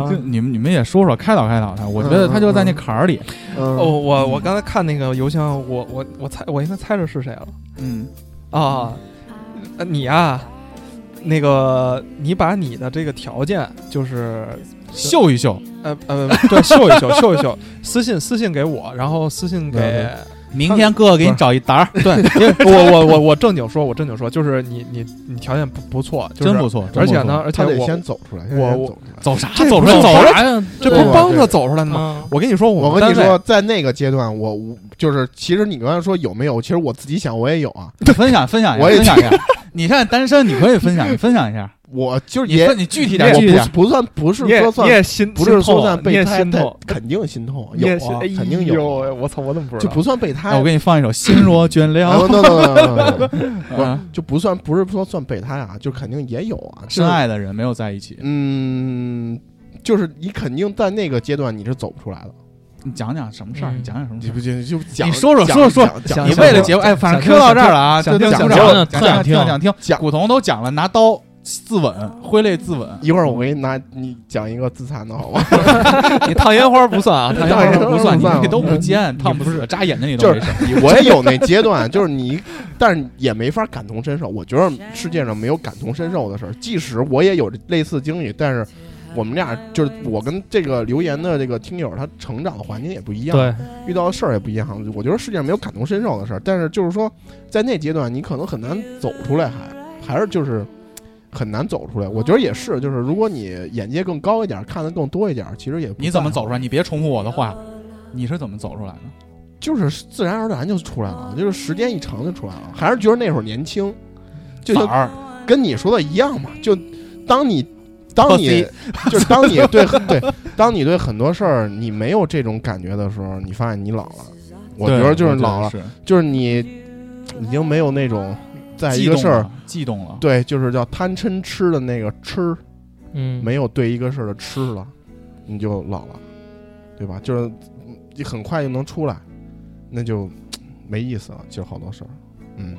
Speaker 8: 嗯
Speaker 3: 你们你们也说说开导开导他，我觉得他就在那坎儿里，
Speaker 8: 哦，
Speaker 5: 哦，
Speaker 8: 我我刚才看那个邮箱，我我我猜我应该猜着是谁了
Speaker 3: 嗯，
Speaker 8: 啊？呃你啊，那个你把你的这个条件，就是
Speaker 3: 秀一秀，
Speaker 8: 呃呃，对，秀一秀，秀一秀，私信私信给我，然后私信给
Speaker 5: 嗯
Speaker 3: 明天哥哥给你找一单儿，
Speaker 8: 对，因为我我我我正经说，我正经说，就是你你你条件不不错，就是
Speaker 3: 真不错，真
Speaker 8: 而且
Speaker 3: 不
Speaker 8: 呢，
Speaker 3: 错，
Speaker 8: 而且
Speaker 5: 他得
Speaker 8: 我
Speaker 5: 先走出来，先
Speaker 8: 我
Speaker 5: 先
Speaker 8: 我
Speaker 5: 走出来。
Speaker 3: 走啥
Speaker 8: 这
Speaker 3: 走
Speaker 8: 不
Speaker 3: 着
Speaker 8: 是走
Speaker 3: 走着，
Speaker 6: 啥呀？
Speaker 8: 这
Speaker 5: 对
Speaker 8: 不
Speaker 5: 我
Speaker 8: 帮
Speaker 5: 对啊
Speaker 8: 着走出来的吗？
Speaker 6: 嗯
Speaker 8: 我跟你说，我
Speaker 5: 我
Speaker 8: 们
Speaker 5: 跟你
Speaker 8: 单
Speaker 5: 说
Speaker 8: 位，
Speaker 5: 在那个阶段，我我就是其实你刚才说有没有？其实我自己想，我也有啊。
Speaker 3: 你分享分享一下，
Speaker 5: 我也
Speaker 3: 分享一下。你现在单身，你可以分享， 你分享一下，
Speaker 5: 我就是
Speaker 3: 你
Speaker 5: 也
Speaker 3: 分你具体
Speaker 5: 我
Speaker 3: 点，具体点。
Speaker 5: 不不算不是
Speaker 8: 你也
Speaker 5: 说
Speaker 8: 你
Speaker 5: 算
Speaker 8: 也心啊
Speaker 5: 不是说算
Speaker 8: 你
Speaker 5: 备
Speaker 8: 也
Speaker 5: 胎，
Speaker 8: 心
Speaker 5: 但
Speaker 8: 痛，
Speaker 5: 肯定心痛，
Speaker 8: 你
Speaker 5: 有
Speaker 8: 也
Speaker 5: 啊，
Speaker 8: 心
Speaker 5: 肯定
Speaker 8: 哎呦
Speaker 5: 有啊，
Speaker 8: 我操，我怎么不知
Speaker 5: 就
Speaker 8: 道？
Speaker 5: 不算备胎。
Speaker 3: 哎我给你放一首《心若倦
Speaker 5: 啊
Speaker 3: 了
Speaker 5: ，no no no no, no, no，》
Speaker 3: 啊，
Speaker 5: 就不算不是说算备胎啊，就肯定也有啊，就是
Speaker 3: 深爱的人没有在一起，
Speaker 5: 嗯，就是你肯定在那个阶段你是走不出来的，
Speaker 3: 你讲讲什么事儿？
Speaker 6: 嗯
Speaker 3: 你讲讲什么事
Speaker 5: 你
Speaker 3: 儿
Speaker 5: 不？就就讲
Speaker 3: 你说说
Speaker 5: 讲
Speaker 3: 说说
Speaker 5: 讲讲
Speaker 3: 你
Speaker 5: 讲
Speaker 3: 为了
Speaker 5: 讲
Speaker 3: 节目，哎，反正
Speaker 6: 想
Speaker 3: Q 到这儿了啊，
Speaker 6: 想
Speaker 3: 就
Speaker 6: 听
Speaker 3: 想
Speaker 6: 想
Speaker 3: 听
Speaker 6: 听
Speaker 3: 想
Speaker 6: 特想听
Speaker 3: 听想听，
Speaker 5: 讲
Speaker 3: 古潼都讲了，拿刀自刎，挥泪自刎。
Speaker 5: 一会儿我给你拿你讲一个自残的好 吧？
Speaker 6: 你烫烟花不算啊，烫
Speaker 5: 烫
Speaker 6: 烟
Speaker 5: 烟
Speaker 6: 花
Speaker 5: 花
Speaker 3: 不算，
Speaker 5: 不算
Speaker 3: 你
Speaker 5: 不算
Speaker 3: 这都不尖，烫不死，扎眼睛里都
Speaker 5: 就
Speaker 3: 没事。
Speaker 5: 是我也有那阶段，就是你，但是也没法感同身受。我觉得世界上没有感同身受 的事儿，即使我也有类似经历，但是我们俩就是我跟这个留言的这个听友，他成长的环境也不一样，
Speaker 6: 对，
Speaker 5: 遇到的事儿也不一样。我觉得世界上没有感同身受的事儿，但是就是说，在那阶段你可能很难走出来还还是就是很难走出来。我觉得也是，就是如果你眼界更高一点，看得更多一点，其实也不
Speaker 3: 你怎么
Speaker 5: 在乎
Speaker 3: 走出来？你别重复我的话，你是怎么走出来的？
Speaker 5: 就是自然而然就出来了，就是时间一长就出来了。还是觉得那会儿年轻，就
Speaker 3: 胆
Speaker 5: 就
Speaker 3: 儿，
Speaker 5: 跟你说的一样嘛。就当你当你
Speaker 3: 特
Speaker 5: 就是当你对对，当你对很多事儿你没有这种感觉的时候，你发现你老了。我觉
Speaker 3: 对
Speaker 5: 得就是
Speaker 3: 我觉得
Speaker 5: 老了，
Speaker 3: 是
Speaker 5: 就是你已经没有那种在一
Speaker 3: 悸
Speaker 5: 个
Speaker 3: 动
Speaker 5: 事儿
Speaker 3: 了，悸动了。
Speaker 5: 对，就是叫贪嗔痴的那个痴，
Speaker 6: 嗯，
Speaker 5: 没有对一个事儿的痴了，
Speaker 3: 嗯
Speaker 5: 你就老了，对吧？就是你很快就能出来，那就没意思了。其实好多事儿。嗯，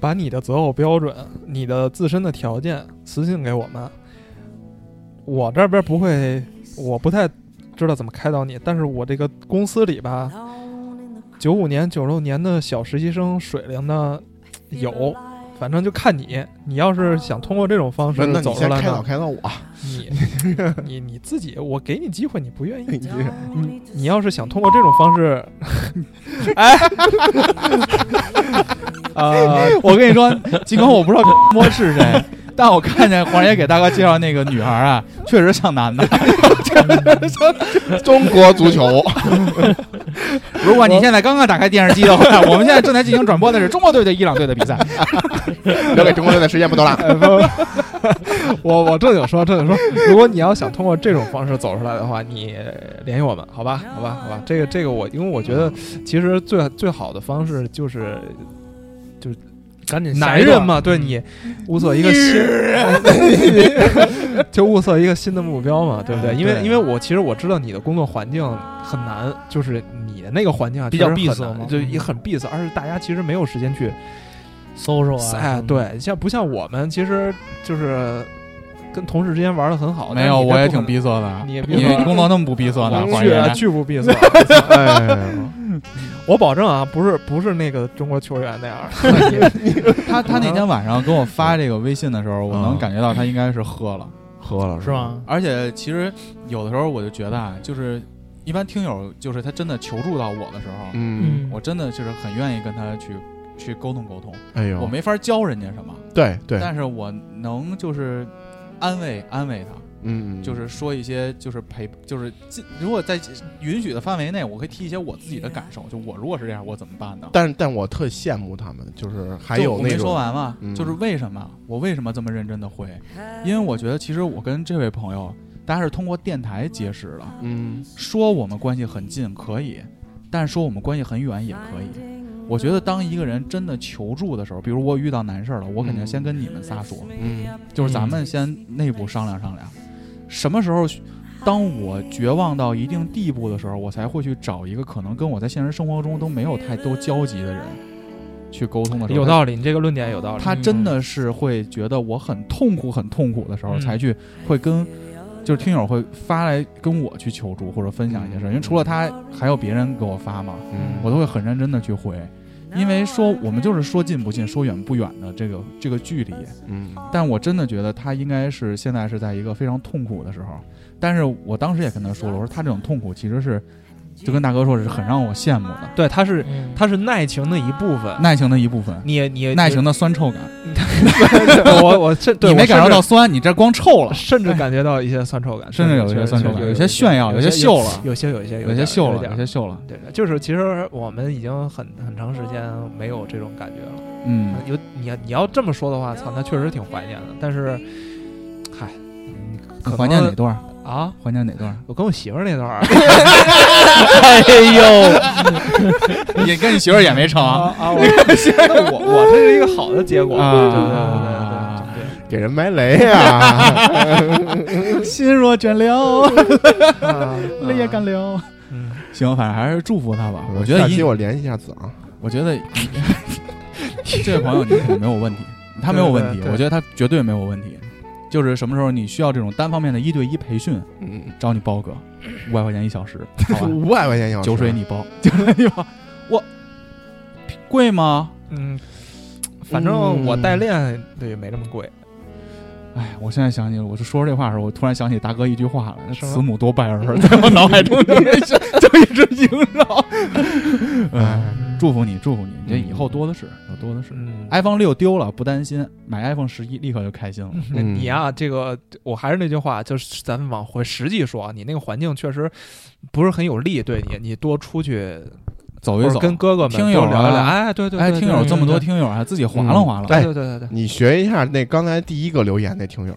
Speaker 8: 把你的择偶标准、你的自身的条件私信给我们。我这边不会，我不太知道怎么开导你，但是我这个公司里吧，九五年、九六年的小实习生水灵的
Speaker 2: 哎
Speaker 8: 有，反正就看你。你要是想通过这种方
Speaker 5: 那
Speaker 8: 式
Speaker 5: 那
Speaker 8: 走
Speaker 5: 你
Speaker 8: 出
Speaker 5: 先
Speaker 8: 来
Speaker 5: 开导
Speaker 8: 呢，
Speaker 5: 开导我，
Speaker 8: 你 你你自己，我给你机会，你不愿意。
Speaker 5: 你
Speaker 8: 你嗯你要是想通过这种方 式，哎， 啊
Speaker 3: 呃，我跟你说，尽管我不知道 摸是谁，但我看见黄爷给大哥介绍那个女孩啊，确实像男的。
Speaker 5: 中国足球，
Speaker 3: 如果你现在刚刚打开电视机的话，我们现在正在进行转播的是中国队对伊朗队的比赛。
Speaker 5: 留给中国队的时间不 多了。
Speaker 8: 呃 我我正经说正经说，如果你要想通过这种方式走出来的话，你联系我们，好吧，好吧，好吧。这个这个我，因为我觉得其实最最好的方式就是
Speaker 6: 赶紧下
Speaker 8: 男
Speaker 6: 一段
Speaker 8: 人嘛，
Speaker 3: 嗯
Speaker 8: 对你物色一个新， 就物色一个新的目标嘛，对不对？因为
Speaker 3: 对
Speaker 8: 因为我其实我知道你的工作环境很难，就是你的那个环境啊
Speaker 6: 比较
Speaker 8: 确实很
Speaker 6: 闭塞
Speaker 8: 难
Speaker 6: 嘛
Speaker 8: 就
Speaker 3: 嗯
Speaker 8: 也很闭塞，而且大家其实没有时间去
Speaker 6: ，social 啊，
Speaker 8: 哎，，
Speaker 3: 嗯
Speaker 8: 对，像不像我们其实就是跟同事之间玩的很好，
Speaker 3: 没有，
Speaker 8: 但是你这
Speaker 3: 我也
Speaker 8: 不可
Speaker 3: 挺
Speaker 8: 能
Speaker 3: 逼仄的。
Speaker 8: 你也逼
Speaker 3: 你
Speaker 8: 仄
Speaker 3: 工作那么不逼仄 呢，黄
Speaker 8: 巨
Speaker 3: 爷？
Speaker 8: 巨不闭 塞。
Speaker 5: 哎，
Speaker 8: 我保证啊，不是不是那个中国球员那样儿，
Speaker 3: 他他那天晚上跟我发这个微信的时候，我能
Speaker 5: 嗯
Speaker 3: 感觉到他应该是喝了。
Speaker 5: 喝了
Speaker 6: 是？吗？
Speaker 3: 而且其实有的时候我就觉得啊，就是一般听友就是他真的求助到我的时候，
Speaker 5: 嗯，
Speaker 6: 嗯，
Speaker 3: 我真的就是很愿意跟他去去沟通沟通。
Speaker 5: 哎呦，
Speaker 3: 我没法教人家什么，
Speaker 5: 对对，
Speaker 3: 但是我能就是安慰安慰他，
Speaker 5: 嗯，嗯
Speaker 3: 就是说一些就是陪就是尽如果在允许的范围内，我会提一些我自己的感受，就我如果是这样，我怎么办呢？
Speaker 5: 但但我特羡慕他们，就是还
Speaker 3: 就
Speaker 5: 有
Speaker 3: 我
Speaker 5: 那
Speaker 3: 没
Speaker 5: 种
Speaker 3: 说完嘛，
Speaker 5: 嗯
Speaker 3: 就是为什么我为什么这么认真的回？因为我觉得其实我跟这位朋友，大家是通过电台结识的，
Speaker 5: 嗯
Speaker 3: 说我们关系很近可以，但是说我们关系很远也可以。我觉得当一个人真的求助的时候，比如我遇到难事儿了，我肯定先跟你们仨说，
Speaker 5: 嗯
Speaker 3: 就是咱们先内部商量商量，什么时候需，当我绝望到一定地步的时候，我才会去找一个可能跟我在现实生活中都没有太多交集的人去沟通的时候，
Speaker 4: 有道理，你这个论点有道理。嗯
Speaker 3: 他真的是会觉得我很痛苦、很痛苦的时候，
Speaker 6: 嗯
Speaker 3: 才去会跟就是听友会发来跟我去求助或者分享一些事儿，因为除了他还有别人给我发嘛，
Speaker 5: 嗯
Speaker 3: 我都会很认真的去回，因为说我们就是说近不近、说远不远的这个这个距离，
Speaker 5: 嗯，
Speaker 3: 但我真的觉得他应该是现在是在一个非常痛苦的时候，但是我当时也跟他说了，我说他这种痛苦其实是就跟大哥说是很让我羡慕的，
Speaker 4: 对，他是
Speaker 6: 嗯，
Speaker 4: 他是耐情的一部分。
Speaker 3: 耐情的一部分，
Speaker 4: 你你
Speaker 3: 嗯耐情，的酸臭感，
Speaker 4: 我我甚对
Speaker 3: 你没
Speaker 4: 我甚
Speaker 3: 感受
Speaker 4: 至
Speaker 3: 到酸，你这光臭了。
Speaker 4: 甚至感觉到一些酸臭感，
Speaker 3: 甚至有一些酸臭感有些炫耀有些秀了
Speaker 4: 有些有些
Speaker 3: 有些秀了，有
Speaker 4: 有
Speaker 3: 些
Speaker 4: 些。
Speaker 3: 秀了，
Speaker 4: 对，就是其实我们已经很很长时间没有这种感觉了。
Speaker 3: 嗯，
Speaker 4: 有你要你要这么说的话，操，那确实挺怀念的。但是，嗨，嗯可
Speaker 3: 怀念哪
Speaker 4: 能
Speaker 3: 段儿？
Speaker 4: 啊？
Speaker 3: 怀念哪 段儿？哎
Speaker 4: 我跟我媳妇儿那段儿
Speaker 3: 也跟你媳妇儿也没成 啊！
Speaker 4: 啊，我我我这是一个好的结果，对对
Speaker 3: 啊
Speaker 4: 对对对对
Speaker 5: 给人埋雷啊呀，
Speaker 3: 心若倦了，
Speaker 4: 对啊，
Speaker 3: 泪也干了。
Speaker 4: 嗯，
Speaker 3: 行，反正还是祝福他吧。我觉得
Speaker 5: 下
Speaker 3: 以
Speaker 5: 期我联系一下子啊昂，
Speaker 3: 我觉得 这位朋友你肯定没有问题，他没有问题
Speaker 4: 对对，对
Speaker 3: 我觉得他绝对没有问题。就是什么时候你需要这种单方面的一对一培训，
Speaker 5: 嗯，
Speaker 3: 找你包哥，五百块钱一小时，好吧？
Speaker 5: 五百块钱一小时，
Speaker 3: 酒水你包， 酒水你包，我贵吗？
Speaker 4: 嗯，反正我代练对也没这么贵，
Speaker 3: 哎，我现在想起，我是说这话的时候，我突然想起大哥一句话了：“
Speaker 4: 什么
Speaker 3: 慈母多败儿”，在我脑海中就一直就一直萦绕。哎，祝福你，祝福你，你这以后多的是，有多的是。
Speaker 4: 嗯，
Speaker 3: iPhone 六丢了不担心，买 iPhone 十一立刻就开心了。
Speaker 5: 嗯
Speaker 4: 你啊，这个我还是那句话，就是咱们往回实际说啊，你那个环境确实不是很有利对你，你多出去
Speaker 3: 走
Speaker 4: 或
Speaker 3: 一
Speaker 4: 者
Speaker 3: 走，
Speaker 4: 跟哥哥们
Speaker 3: 听友
Speaker 4: 多聊一聊，
Speaker 3: 啊
Speaker 4: 哎，对对，
Speaker 3: 哎，
Speaker 4: 对
Speaker 3: 听友这么多，听友啊，自己划拉划拉。
Speaker 5: 对
Speaker 4: 对对对对对对，
Speaker 5: 你学一下那刚才第一个留言那听友，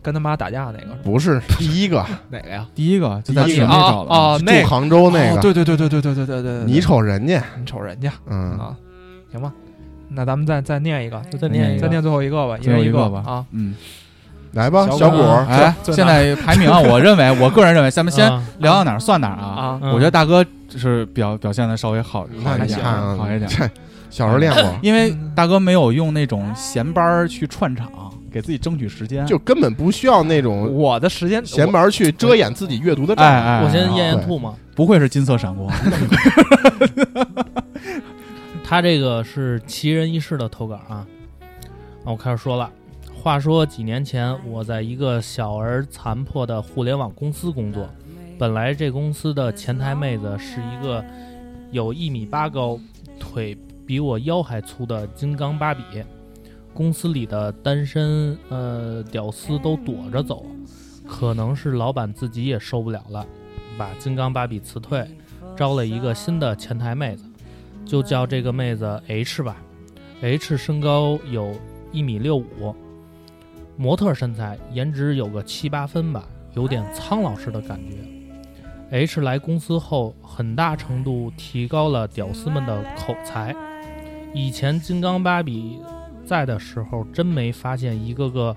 Speaker 4: 跟他妈打架那个
Speaker 5: 不是第一个
Speaker 4: 哪个呀？
Speaker 3: 第一个就在
Speaker 5: 第一
Speaker 3: 群
Speaker 5: 个
Speaker 3: 里找的
Speaker 4: 啊啊那
Speaker 5: 住
Speaker 4: 个
Speaker 5: 杭州那
Speaker 4: 哦
Speaker 5: 个，
Speaker 4: 对对对对对对对对对，对
Speaker 5: 你瞅人家，
Speaker 4: 你瞅人家
Speaker 5: 嗯，
Speaker 4: 啊，行吧，那咱们再再念一个，
Speaker 6: 就再念一
Speaker 3: 个
Speaker 4: 再念最后一个吧，一
Speaker 3: 最后
Speaker 4: 人
Speaker 3: 一
Speaker 4: 一
Speaker 3: 个吧
Speaker 4: 啊，
Speaker 3: 嗯，
Speaker 5: 来吧，
Speaker 4: 小
Speaker 5: 小
Speaker 6: 果
Speaker 5: 果儿，
Speaker 3: 哎，
Speaker 4: 最
Speaker 3: 现在排名啊，我认为，我个人认为，咱们先
Speaker 6: 啊
Speaker 3: 聊到哪儿算哪儿啊。
Speaker 4: 啊，
Speaker 6: 嗯
Speaker 3: 我觉得大哥就是表表现的稍微好，好
Speaker 5: 那
Speaker 3: 一
Speaker 5: 你
Speaker 3: 点
Speaker 5: 看
Speaker 3: 啊，
Speaker 5: 啊，
Speaker 3: 好一点。嗯
Speaker 5: 这小时候练过，
Speaker 3: 因为大哥没有用那种闲班儿去串场，给自己争取时间。
Speaker 5: 就根本不需要那种
Speaker 4: 我的时间
Speaker 5: 闲班儿去遮掩自己阅读的障
Speaker 3: 哎
Speaker 5: 碍。
Speaker 3: 哎，
Speaker 6: 我先
Speaker 3: 哎
Speaker 6: 验验
Speaker 5: 对
Speaker 6: 吐嘛，
Speaker 3: 不愧是金色闪光，
Speaker 6: 他这个是奇人异事的投稿啊。那我开始说了，话说几年前我在一个小而残破的互联网公司工作，本来这公司的前台妹子是一个有一米八高、腿比我腰还粗的金刚芭比，公司里的单身呃屌丝都躲着走，可能是老板自己也受不了了，把金刚芭比辞退，招了一个新的前台妹子。就叫这个妹子 H 吧。H 身高有一米六五，模特身材，颜值有个七八分吧，有点苍老师的感觉。H 来公司后，很大程度提高了屌丝们的口才。以前金刚芭比在的时候，真没发现一个个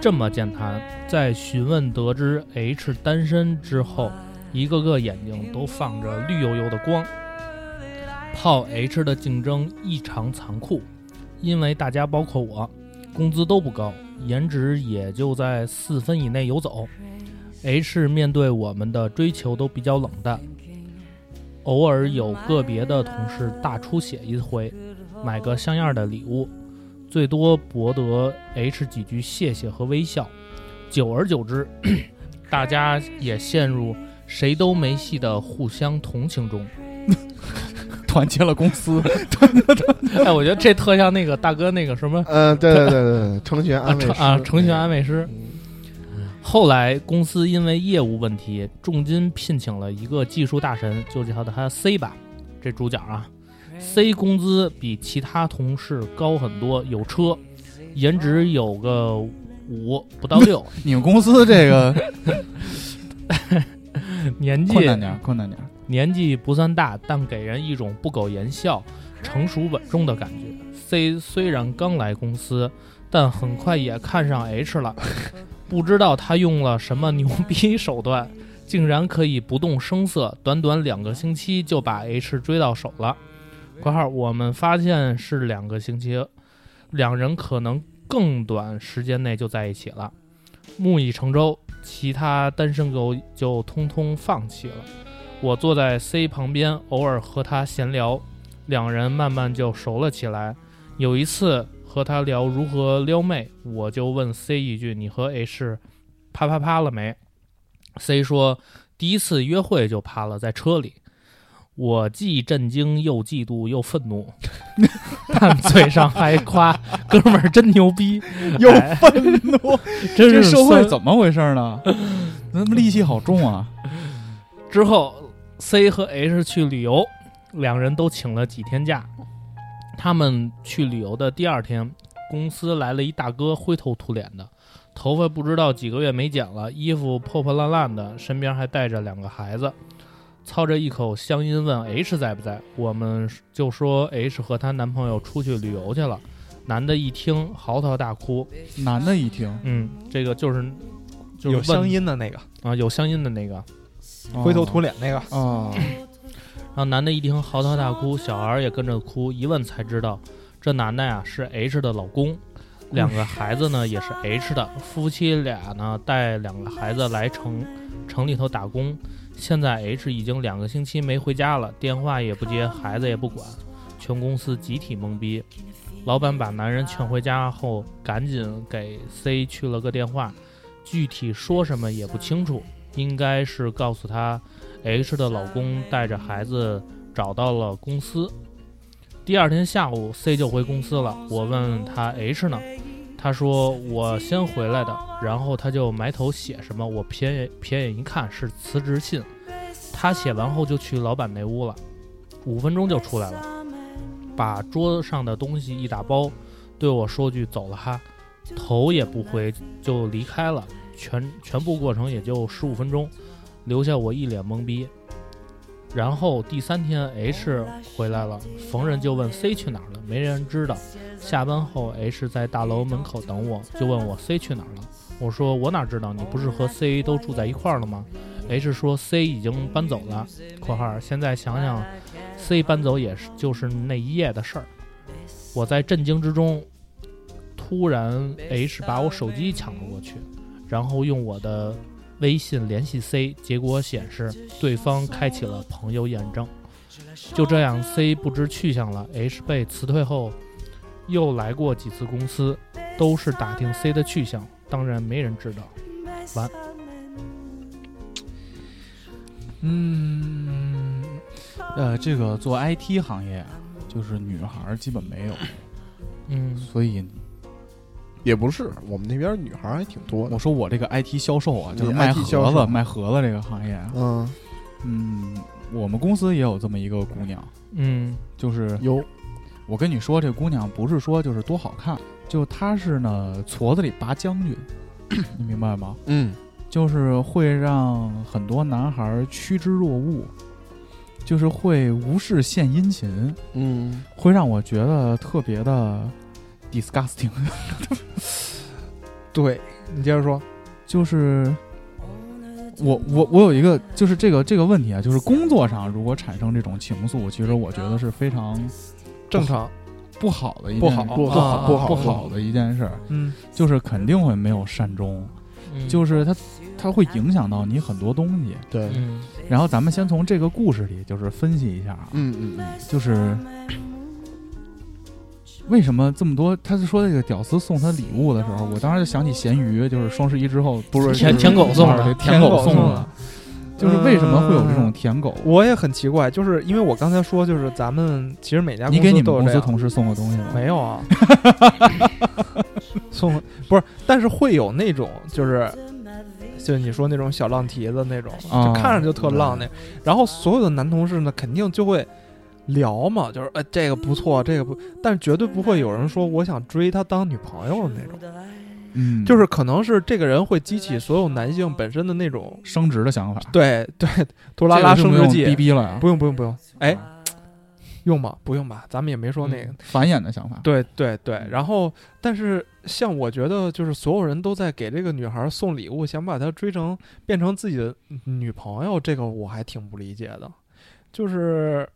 Speaker 6: 这么健谈。在询问得知 H 单身之后，一个个眼睛都放着绿油油的光。泡 H 的竞争异常残酷，因为大家包括我，工资都不高，颜值也就在四分以内游走。H 面对我们的追求都比较冷淡，偶尔有个别的同事大出血一回，买个像样的礼物，最多博得 H 几句谢谢和微笑。久而久之， 大家也陷入谁都没戏的互相同情中。
Speaker 3: 团结了公司。
Speaker 6: 哎，我觉得这特像那个大哥那个什么
Speaker 5: 嗯，对对对对对，程序员
Speaker 6: 啊
Speaker 5: 安慰
Speaker 6: 程
Speaker 5: 师嗯
Speaker 6: 啊程序员安慰师。后来公司因为业务问题，重金聘请了一个技术大神，就叫他 C 吧，这主角啊。C 工资比其他同事高很多，有车，颜值有个五不到六，
Speaker 3: 你们公司这 个
Speaker 6: 年纪
Speaker 3: 困难点儿，困难点儿。
Speaker 6: 年纪不算大，但给人一种不苟言笑、成熟稳重的感觉。C 虽然刚来公司，但很快也看上 H 了。不知道他用了什么牛逼手段，竟然可以不动声色，短短两个星期就把 H 追到手了。（括号我们发现是两个星期，两人可能更短时间内就在一起了。）木已成舟，其他单身狗就通通放弃了。我坐在 C 旁边，偶尔和他闲聊，两人慢慢就熟了起来。有一次和他聊如何撩妹，我就问 C 一句：“你和 H 啪啪啪了没？”C 说：“第一次约会就啪了，在车里。”我既震惊又嫉妒又愤怒， 但嘴上还夸哥们儿真牛逼，
Speaker 3: 又
Speaker 6: 哎
Speaker 3: 愤怒，
Speaker 6: 真
Speaker 3: 这
Speaker 6: 是
Speaker 3: 社会
Speaker 6: 酸
Speaker 3: 怎么回事 呢？咱们戾气好重啊！
Speaker 6: 之后，C 和 H 去旅游，两人都请了几天假。他们去旅游的第二天，公司来了一大哥，灰头土脸的，头发不知道几个月没剪了，衣服破破烂烂的，身边还带着两个孩子，操着一口乡音问 H 在不在。我们就说 H 和她男朋友出去旅游去了。男的一听，嚎啕大哭。
Speaker 3: 男的一听，
Speaker 6: 嗯，这个就是就是
Speaker 8: 有乡
Speaker 6: 问
Speaker 8: 音的那个，
Speaker 6: 啊，有乡音的那个。
Speaker 3: 哦
Speaker 8: 灰头土脸那个，
Speaker 3: 啊，
Speaker 6: 然后男的一听嚎啕大哭，小孩也跟着哭，一问才知道，这男的呀是 H 的老公，两个孩子呢也是 H 的，夫妻俩呢带两个孩子来城城里头打工，现在 H 已经两个星期没回家了，电话也不接，孩子也不管，全公司集体懵逼。老板把男人劝回家后，赶紧给 C 去了个电话，具体说什么也不清楚，应该是告诉他 H 的老公带着孩子找到了公司。第二天下午，C 就回公司了。我问他 H 呢，他说我先回来的，然后他就埋头写什么，我瞥眼瞥眼一看是辞职信，他写完后就去老板那屋了，五分钟就出来了，把桌上的东西一打包，对我说句走了哈，头也不回就离开了，全全部过程也就十五分钟。留下我一脸懵逼。然后第三天 H 回来了，逢人就问 C 去哪儿了，没人知道。下班后 H 在大楼门口等我，就问我 C 去哪儿了。我说我哪知道，你不是和 C 都住在一块儿了吗？H 说 C 已经搬走了（括号现在想想，C 搬走也是就是那一夜的事儿）。我在震惊之中，突然 H 把我手机抢了过去，然后用我的微信联系 C，结果显示对方开启了朋友验证。就这样，C 不知去向了。H 被辞退后，又来过几次公司，都是打听 C 的去向，当然没人知道。完，
Speaker 3: 嗯，呃，这个做 IT 行业啊，就是女孩儿基本没有，
Speaker 6: 嗯，
Speaker 3: 所以
Speaker 5: 也不是，我们那边女孩还挺多的
Speaker 3: 我。说我这个 IT 销售啊，
Speaker 5: 你
Speaker 3: 就是卖
Speaker 5: IT 销
Speaker 3: 盒
Speaker 5: 售
Speaker 3: 子、卖盒子这个行业啊，
Speaker 5: 嗯，
Speaker 3: 嗯，我们公司也有这么一个姑娘，
Speaker 6: 嗯，
Speaker 3: 就是
Speaker 5: 有
Speaker 3: 我跟你说，这姑娘不是说就是多好看，就她是呢矬子里拔将 军，你明白吗？
Speaker 5: 嗯，
Speaker 3: 就是会让很多男孩儿趋之若鹜，就是会无事献殷勤，
Speaker 5: 嗯，
Speaker 3: 会让我觉得特别的 disgusting，
Speaker 8: 对你接着说，
Speaker 3: 就是。我我我有一个，就是这个这个问题啊，就是工作上如果产生这种情愫，其实我觉得是非常
Speaker 8: 正常，
Speaker 3: 不好的一
Speaker 8: 不
Speaker 3: 件
Speaker 8: 好
Speaker 5: 不好
Speaker 8: 啊
Speaker 5: 不好
Speaker 3: 不
Speaker 8: 不
Speaker 3: 好的一件事儿，
Speaker 8: 嗯，
Speaker 3: 就是肯定会没有善终，
Speaker 6: 嗯
Speaker 3: 就是它它会影响到你很多东西。
Speaker 5: 对，
Speaker 6: 嗯
Speaker 3: 然后咱们先从这个故事里就是分析一下啊，
Speaker 5: 嗯嗯嗯，
Speaker 3: 就是为什么这么多？他是说这个屌丝送他礼物的时候，我当时就想起咸鱼，就是双十一之后不是
Speaker 6: 舔舔狗送的
Speaker 3: 啊对舔
Speaker 6: 舔狗
Speaker 3: 狗
Speaker 6: 送
Speaker 3: 送
Speaker 6: 的嗯
Speaker 3: 的，就是为什么会有这种舔狗？
Speaker 8: 我也很奇怪，就是因为我刚才说，就是咱们其实每家公
Speaker 3: 你
Speaker 8: 司
Speaker 3: 给你们
Speaker 8: 都有
Speaker 3: 公
Speaker 8: 这
Speaker 3: 司
Speaker 8: 样。
Speaker 3: 同事送过东西吗？
Speaker 8: 没有 啊，送不是，但是会有那种就是，就是你说那种小浪蹄子那种，
Speaker 3: 啊嗯
Speaker 8: 就看着就特浪那。然后所有的男同事呢，肯定就会聊嘛，就是呃这个不错，这个不，但是绝对不会有人说我想追她当女朋友的那种。
Speaker 3: 嗯，
Speaker 8: 就是可能是这个人会激起所有男性本身的那种
Speaker 3: 升职的想法。
Speaker 8: 对对拖拉拉
Speaker 3: 这个
Speaker 8: 生
Speaker 3: 就不
Speaker 8: 殖
Speaker 3: 用逼
Speaker 8: 剂，
Speaker 3: 逼了
Speaker 6: 啊
Speaker 3: 呀，
Speaker 8: 不用不用不用，哎，用吗？不用吧，咱们也没说那个。嗯
Speaker 3: 繁衍的想法。
Speaker 8: 对对对，然后但是像我觉得就是所有人都在给这个女孩送礼物，想把她追成变成自己的女朋友，这个我还挺不理解的，就是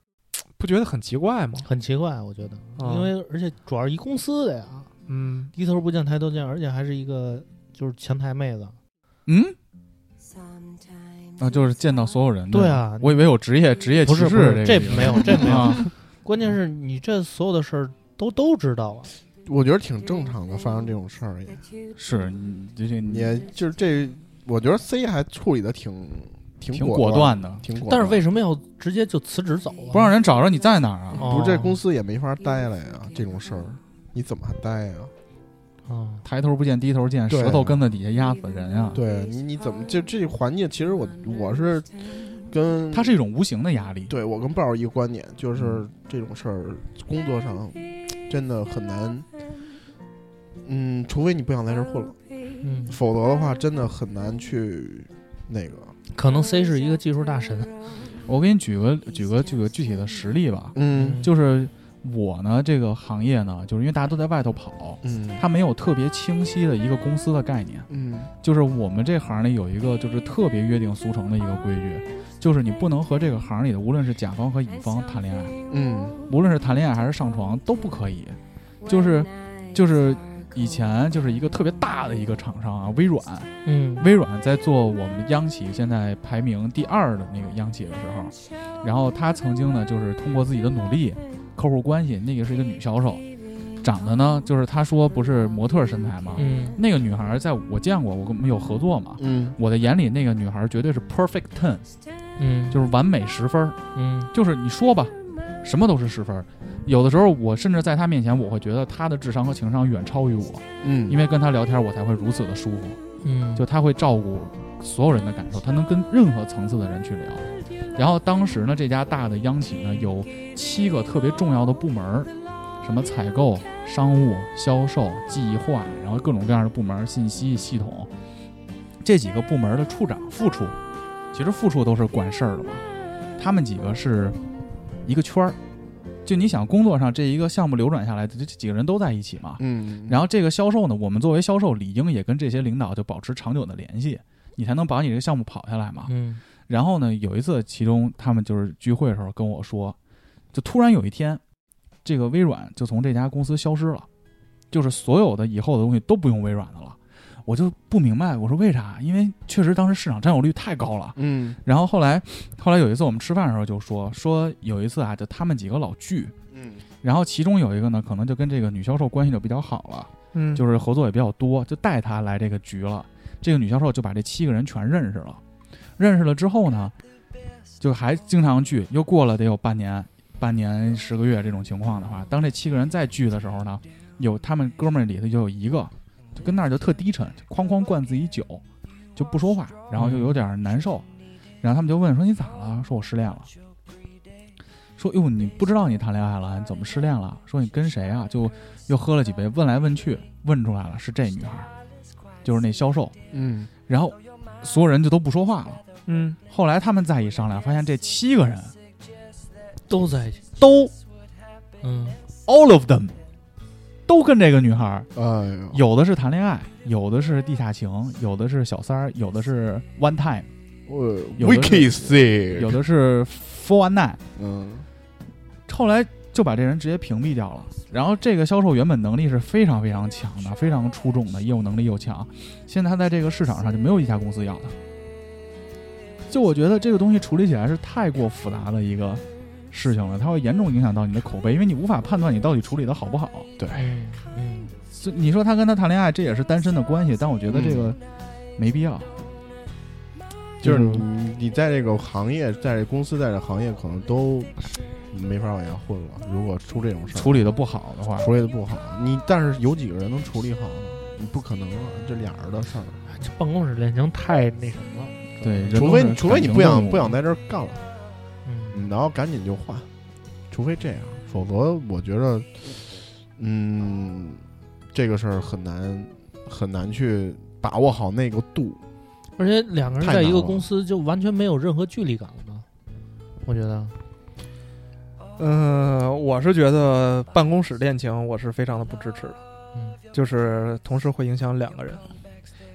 Speaker 8: 不觉得很奇怪吗？
Speaker 6: 很奇怪，我觉得，
Speaker 8: 嗯
Speaker 6: 因为而且主要是一公司的呀，
Speaker 8: 嗯，
Speaker 6: 低头不见抬头见，而且还是一个就是前台妹子。
Speaker 3: 嗯，啊，就是见到所有人的。
Speaker 6: 对啊
Speaker 3: 我以为有职业职业
Speaker 6: 不
Speaker 3: 歧
Speaker 6: 是
Speaker 3: 视
Speaker 6: 不是，
Speaker 3: 这
Speaker 6: 这
Speaker 3: 个
Speaker 6: 没有这没有，
Speaker 3: 啊，
Speaker 6: 关键是你这所有的事儿都都嗯知道啊了。
Speaker 5: 我觉得挺正常的，发生这种事儿也，
Speaker 3: 是你这这你
Speaker 5: 也就是这，我觉得 C 还处理的挺挺
Speaker 3: 挺
Speaker 5: 果
Speaker 3: 果断，的，
Speaker 5: 挺果断。
Speaker 6: 但是为什么要直接就辞职走啊？
Speaker 3: 不让人找着你在哪儿啊？
Speaker 6: 哦
Speaker 5: 不是这公司也没法待了呀？这种事儿你怎么还待呀？
Speaker 6: 啊，
Speaker 3: 抬头不见低头见，
Speaker 5: 对
Speaker 3: 石头跟子底下压死人啊！
Speaker 5: 对你你怎么就这环境？其实我我是跟
Speaker 3: 它是一种无形的压力。
Speaker 5: 对我跟豹儿一个观点，就是这种事儿，工作上真的很难。嗯，除非你不想在这儿混了，
Speaker 6: 嗯，
Speaker 5: 否则的话真的很难去那个。
Speaker 6: 可能 C 是一个技术大神。
Speaker 3: 我给你举个举个这个具体的实例吧，
Speaker 5: 嗯
Speaker 3: 就是我呢这个行业呢，就是因为大家都在外头跑，
Speaker 5: 嗯
Speaker 3: 它没有特别清晰的一个公司的概念。
Speaker 5: 嗯
Speaker 3: 就是我们这行里有一个就是特别约定俗成的一个规矩，就是你不能和这个行里的无论是甲方和乙方谈恋爱，
Speaker 5: 嗯
Speaker 3: 无论是谈恋爱还是上床都不可以。就是就是以前就是一个特别大的一个厂商啊，微软，
Speaker 6: 嗯
Speaker 3: 微软在做我们央企现在排名第二的那个央企的时候，然后她曾经呢就是通过自己的努力，客户关系，那个是一个女销售，长得呢就是她说不是模特身材吗？
Speaker 6: 嗯
Speaker 3: 那个女孩在我见过，我跟我们有合作嘛。
Speaker 5: 嗯
Speaker 3: 我的眼里，那个女孩绝对是 perfect ten，
Speaker 6: 嗯，
Speaker 3: 就是完美十分儿，
Speaker 6: 嗯
Speaker 3: 就是你说吧，什么都是十分儿。有的时候，我甚至在她面前，我会觉得她的智商和情商远超于我，
Speaker 5: 嗯，
Speaker 3: 因
Speaker 5: 为
Speaker 3: 为跟她聊天，我才会如此的舒服。
Speaker 6: 嗯，
Speaker 3: 就他会照顾所有人的感受，他能跟任何层次的人去聊。然后当时呢，这家大的央企呢有七个特别重要的部门儿，什么采购、商务、销售、计划，然后各种各样的部门儿、信息系统，这几个部门的处长、副处，其实副处都是管事儿的嘛。他们几个是一个圈儿，就你想工作上这一个项目流转下来，这这几个人都在一起嘛，
Speaker 5: 嗯，
Speaker 3: 然后这个销售呢，我们作为销售，理应也跟这些领导就保持长久的联系，你才能把你这个项目跑下来嘛。
Speaker 6: 嗯
Speaker 3: 然后呢，有一次，其中他们就是聚会的时候跟我说，就突然有一天，这个微软就从这家公司消失了，就是所有的以后的东西都不用微软的了。我就不明白，我说为啥？因为确实当时市场占有率太高了。
Speaker 5: 嗯
Speaker 3: 然后后来，后来有一次我们吃饭的时候就说说有一次啊，就他们几个老聚，
Speaker 5: 嗯
Speaker 3: 然后其中有一个呢，可能就跟这个女销售关系就比较好了，
Speaker 8: 嗯，
Speaker 3: 就是合作也比较多，就带她来这个局了。这个女销售就把这七个人全认识了，认识了之后呢，就还经常聚，又过了得有半年、半年十个月这种情况的话，当这七个人再聚的时候呢，有他们哥们儿里头就有一个，就跟那儿就特低沉，就哐哐灌自己酒，就不说话，然后就有点难受，然后他们就问说你咋了？说我失恋了。说哟，你不知道你谈恋爱了，你怎么失恋了？说你跟谁啊？就又喝了几杯，问来问去，问出来了是这女孩儿，就是那销售。
Speaker 5: 嗯，
Speaker 3: 然后所有人就都不说话了。
Speaker 8: 嗯
Speaker 3: 后来他们再一商量，发现这七个人
Speaker 6: 都在一起，
Speaker 3: 都
Speaker 6: 嗯，
Speaker 3: all of them 都跟这个女孩儿，
Speaker 5: 哎呦，
Speaker 3: 有的是谈恋爱，有的是地下情，有的是小三儿，有的是 one time，
Speaker 5: 呃
Speaker 3: 有的是
Speaker 5: Wiki C，
Speaker 3: 有的是 for one night。
Speaker 5: 嗯
Speaker 3: 后来就把这人直接屏蔽掉了。然后这个销售原本能力是非常非常强的，非常出众的，业务能力又强，现在他在这个市场上就没有一家公司要他。就我觉得这个东西处理起来是太过复杂的一个事情了，它会严重影响到你的口碑，因为你无法判断你到底处理的好不好。
Speaker 6: 嗯嗯，
Speaker 3: 所以你说他跟他谈恋爱，这也是单身的关系，但我觉得这
Speaker 4: 嗯
Speaker 3: 个没必要。
Speaker 5: 就是
Speaker 3: 嗯
Speaker 5: 你你在这个行业，在这公司，在这行业可能都没法往下混了。如果出这种事儿，
Speaker 3: 处理的不好的话，
Speaker 5: 处理的不好，你但是有几个人能处理好呢？你不可能啊，这俩人的事儿。
Speaker 6: 这办公室恋情太那什么了，
Speaker 3: 对，人
Speaker 5: 除
Speaker 3: 都
Speaker 5: 非
Speaker 3: 是
Speaker 5: 除非你
Speaker 3: 感情
Speaker 5: 不
Speaker 3: 动
Speaker 5: 想
Speaker 3: 物
Speaker 5: 不想在这儿干了，
Speaker 6: 嗯，
Speaker 5: 然后赶紧就换，除非这样，否则我觉得，嗯，这个事儿很难很难去把握好那个度。
Speaker 6: 而且两个人
Speaker 5: 太难
Speaker 6: 在一个
Speaker 5: 了
Speaker 6: 公司就完全没有任何距离感了吧？我觉得，
Speaker 8: 呃，我是觉得办公室恋情我是非常的不支持的，
Speaker 6: 嗯
Speaker 8: 就是同时会影响两个人。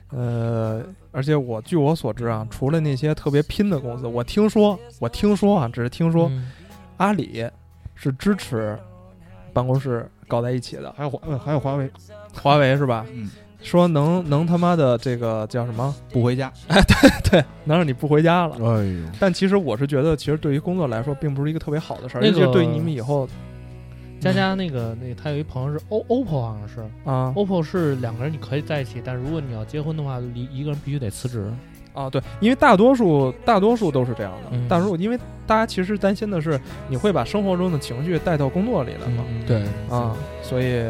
Speaker 8: 呃，而且我据我所知啊，除了那些特别拼的公司，我听说，我听说啊，只是听说，
Speaker 6: 嗯
Speaker 8: 阿里是支持办公室搞在一起的，
Speaker 4: 还有华呃还有华为，
Speaker 8: 华为是吧？
Speaker 3: 嗯，
Speaker 8: 说能能他妈的这个叫什么，
Speaker 3: 不回家，
Speaker 8: 能让你不回家了。
Speaker 5: 哎呦，
Speaker 8: 但其实我是觉得，其实对于工作来说，并不是一个特别好的事儿，
Speaker 6: 那个
Speaker 8: 尤其是对你们以后
Speaker 6: 佳佳那个那个，他有一朋友是 O OPPO 好像是
Speaker 8: 啊
Speaker 6: OPPO 是两个人你可以在一起，但如果你要结婚的话，一一个人必须得辞职。
Speaker 8: 啊，对，因为大多数大多数都是这样的，
Speaker 6: 嗯
Speaker 8: 大多数因为大家其实担心的是你会把生活中的情绪带到工作里来嘛，
Speaker 6: 嗯，
Speaker 5: 对
Speaker 8: 啊，所以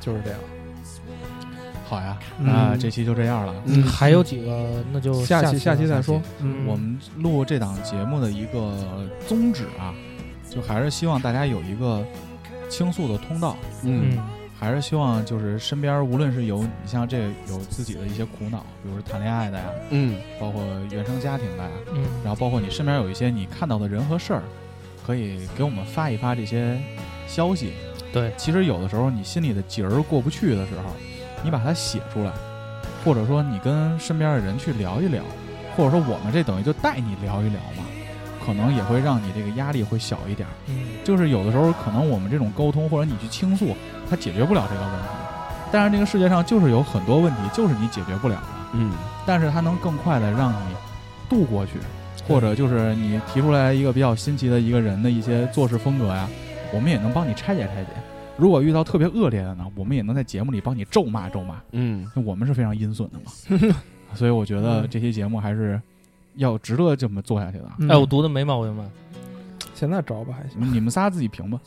Speaker 8: 就是这样。
Speaker 3: 好呀，那
Speaker 8: 嗯
Speaker 3: 这期就这样了。
Speaker 5: 嗯，
Speaker 6: 还有几个，那就
Speaker 8: 下
Speaker 6: 期
Speaker 8: 期下
Speaker 6: 期
Speaker 8: 期再说。嗯，
Speaker 3: 我们录这档节目的一个宗旨啊，就还是希望大家有一个倾诉的通道，
Speaker 5: 嗯
Speaker 6: 嗯，
Speaker 3: 还是希望就是身边无论是有你像这有自己的一些苦恼，比如说谈恋爱的呀，
Speaker 5: 嗯，
Speaker 3: 包括原生家庭的呀，
Speaker 6: 嗯，
Speaker 3: 然后包括你身边有一些你看到的人和事儿，可以给我们发一发这些消息。
Speaker 6: 对，
Speaker 3: 其实有的时候你心里的结儿过不去的时候，你把它写出来，或者说你跟身边的人去聊一聊，或者说我们这等于就带你聊一聊嘛，可能也会让你这个压力会小一点儿。
Speaker 6: 嗯
Speaker 3: 就是有的时候可能我们这种沟通或者你去倾诉，它解决不了这个问题。但是这个世界上就是有很多问题，就是你解决不了的。
Speaker 5: 嗯，
Speaker 3: 但是它能更快的让你度过去，或者就是你提出来一个比较新奇的一个人的一些做事风格呀，我们也能帮你拆解拆解。如果遇到特别恶劣的呢，我们也能在节目里帮你咒骂咒骂。
Speaker 5: 嗯，
Speaker 3: 那我们是非常阴损的嘛，所以我觉得这期节目还是要值得这么做下去的啊。
Speaker 8: 嗯
Speaker 6: 哎，我读的没毛病吧？
Speaker 8: 现在找吧还 行，
Speaker 3: 你们仨自己评吧，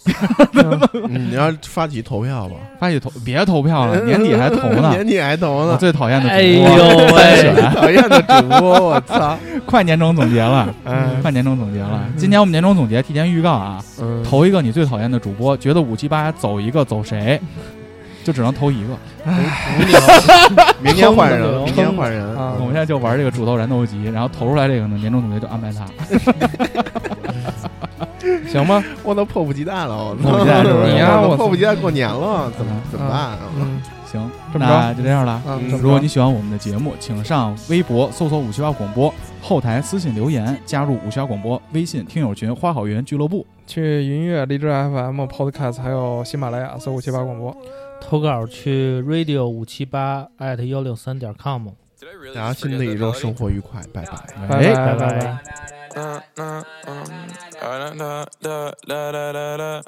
Speaker 5: 嗯你要发起投票吧，
Speaker 3: 发起投别投票了，年底还投呢。
Speaker 5: 年底还投
Speaker 3: 我
Speaker 5: 呢，
Speaker 3: 最讨厌的
Speaker 6: 哎
Speaker 3: 主
Speaker 6: 呦
Speaker 3: 播，
Speaker 6: 喂，
Speaker 5: 讨厌的主播，我操，
Speaker 3: 快年终总结了，
Speaker 8: 哎，
Speaker 3: 快年终总结了。今年我们年终总结提前预告啊，
Speaker 8: 嗯
Speaker 3: 投一个你最讨厌的主播，觉得五七八走一个走谁，就只能投一个。
Speaker 5: 明天换人，
Speaker 6: 撑
Speaker 5: 明天换人
Speaker 8: 啊
Speaker 3: 我们现在就玩这个主投燃斗集，然后投出来这个呢，年终总结就安排 他。行吧，
Speaker 5: 我都迫不及待了，
Speaker 3: 迫
Speaker 5: 我
Speaker 3: 不及待是啊不是
Speaker 5: 你呀，
Speaker 8: 我
Speaker 5: 我迫不及待过年了，怎么怎么办啊？
Speaker 8: 嗯
Speaker 3: 行，
Speaker 8: 这么着
Speaker 3: 那就这样了。
Speaker 8: 啊，
Speaker 5: 嗯
Speaker 8: 这么
Speaker 3: 如果
Speaker 8: 着
Speaker 3: 你喜欢我们的节目，请上微博搜索“五七八广播”，后台私信留言，加入五七八广播微信听友群“花好园俱乐部”。
Speaker 8: 去云音乐、荔枝 FM、Podcast，还有喜马拉雅搜五七八广播。
Speaker 6: 投稿去 radio 五七八 at 幺六三点 com。
Speaker 5: 大家新的一周生活愉快，拜拜。
Speaker 3: 哎
Speaker 8: 拜
Speaker 6: 拜
Speaker 8: 拜
Speaker 6: 拜。
Speaker 9: na, na, um, da, da, da, da, da, da, da.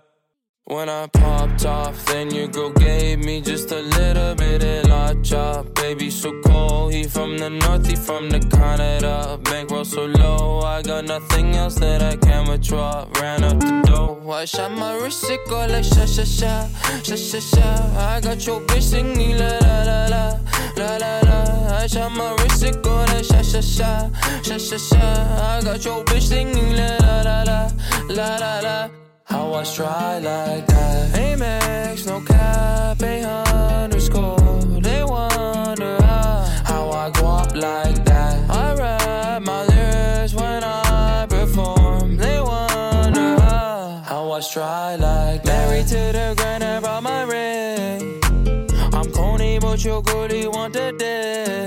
Speaker 9: When I popped off, then your girl gave me just a little bit of la chop. Baby, so cold, he from the north, he from the Canada. Bankroll so low, I got nothing else that I can withdraw. Ran up the dough, I shot my wrist, it go like sha sha sha, sha sha sha. I got your bitch singing la la la la, la la la. I shot my wrist, it go like sha sha sha, sha sha sha. I got your bitch singing la la la la, la la la. How I try like that. Amex, no cap, a underscore. They wonder how, how I go up like that. I rap my lyrics when I perform. They wonder how, how I try like that. Married to the grand, I brought my ring. I'm corny, but your goodie want a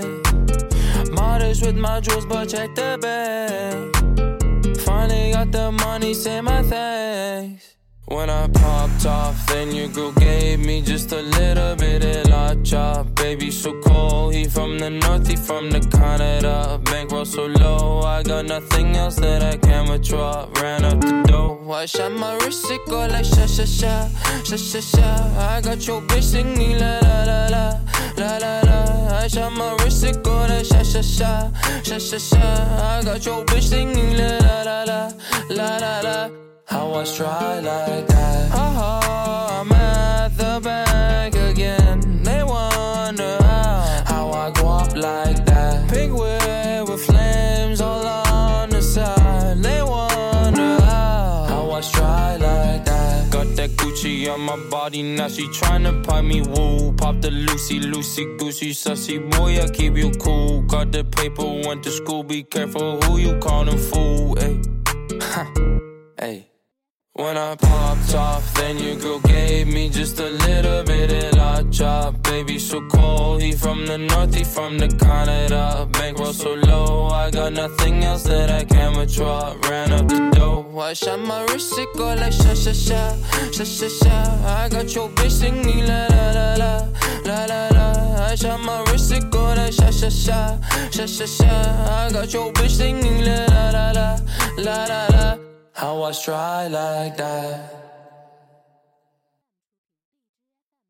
Speaker 9: dick. Modest with my jewels, but check the bag. Finally got the money, say my thanks. When I popped off, then your girl gave me just a little bit of la chop. Baby, so cold, he from the north, he from the Canada. Bankroll so low, I got nothing else that I can withdraw. Ran up the dough, I shot my wrist, it go like sha sha sha, sha sha sha. I got your bitch singing la la la la, la la la. I shot my wrist, it go like sha sha sha, sha sha sha. I got your bitch singing la la la la, la la la. How I try like that. Oh, I'm at the bank again. They wonder how, how I go up like that. Pink whip with flames all on the side. They wonder how, how I try like that. Got that Gucci on my body, now she tryna pie me woo. Pop the Lucy, Lucy, Goosey, sussy boy, I keep you cool. Got the paper, went to school, be careful who you callin' fool. Ay, ha, ay. When I popped off, then your girl gave me just a little bit of la chop. Baby, so cold, he from the north, he from the Canada. Bankroll so low, I got nothing else that I can withdraw. Ran up the dough, I shot my wrist, it go like sha sha sha, sha sha sha. I got your bitch singing la la la la, la la la. I shot my wrist, it go like sha sha sha, sha sha sha. I got your bitch singing la la la la, la la la. How I try like that.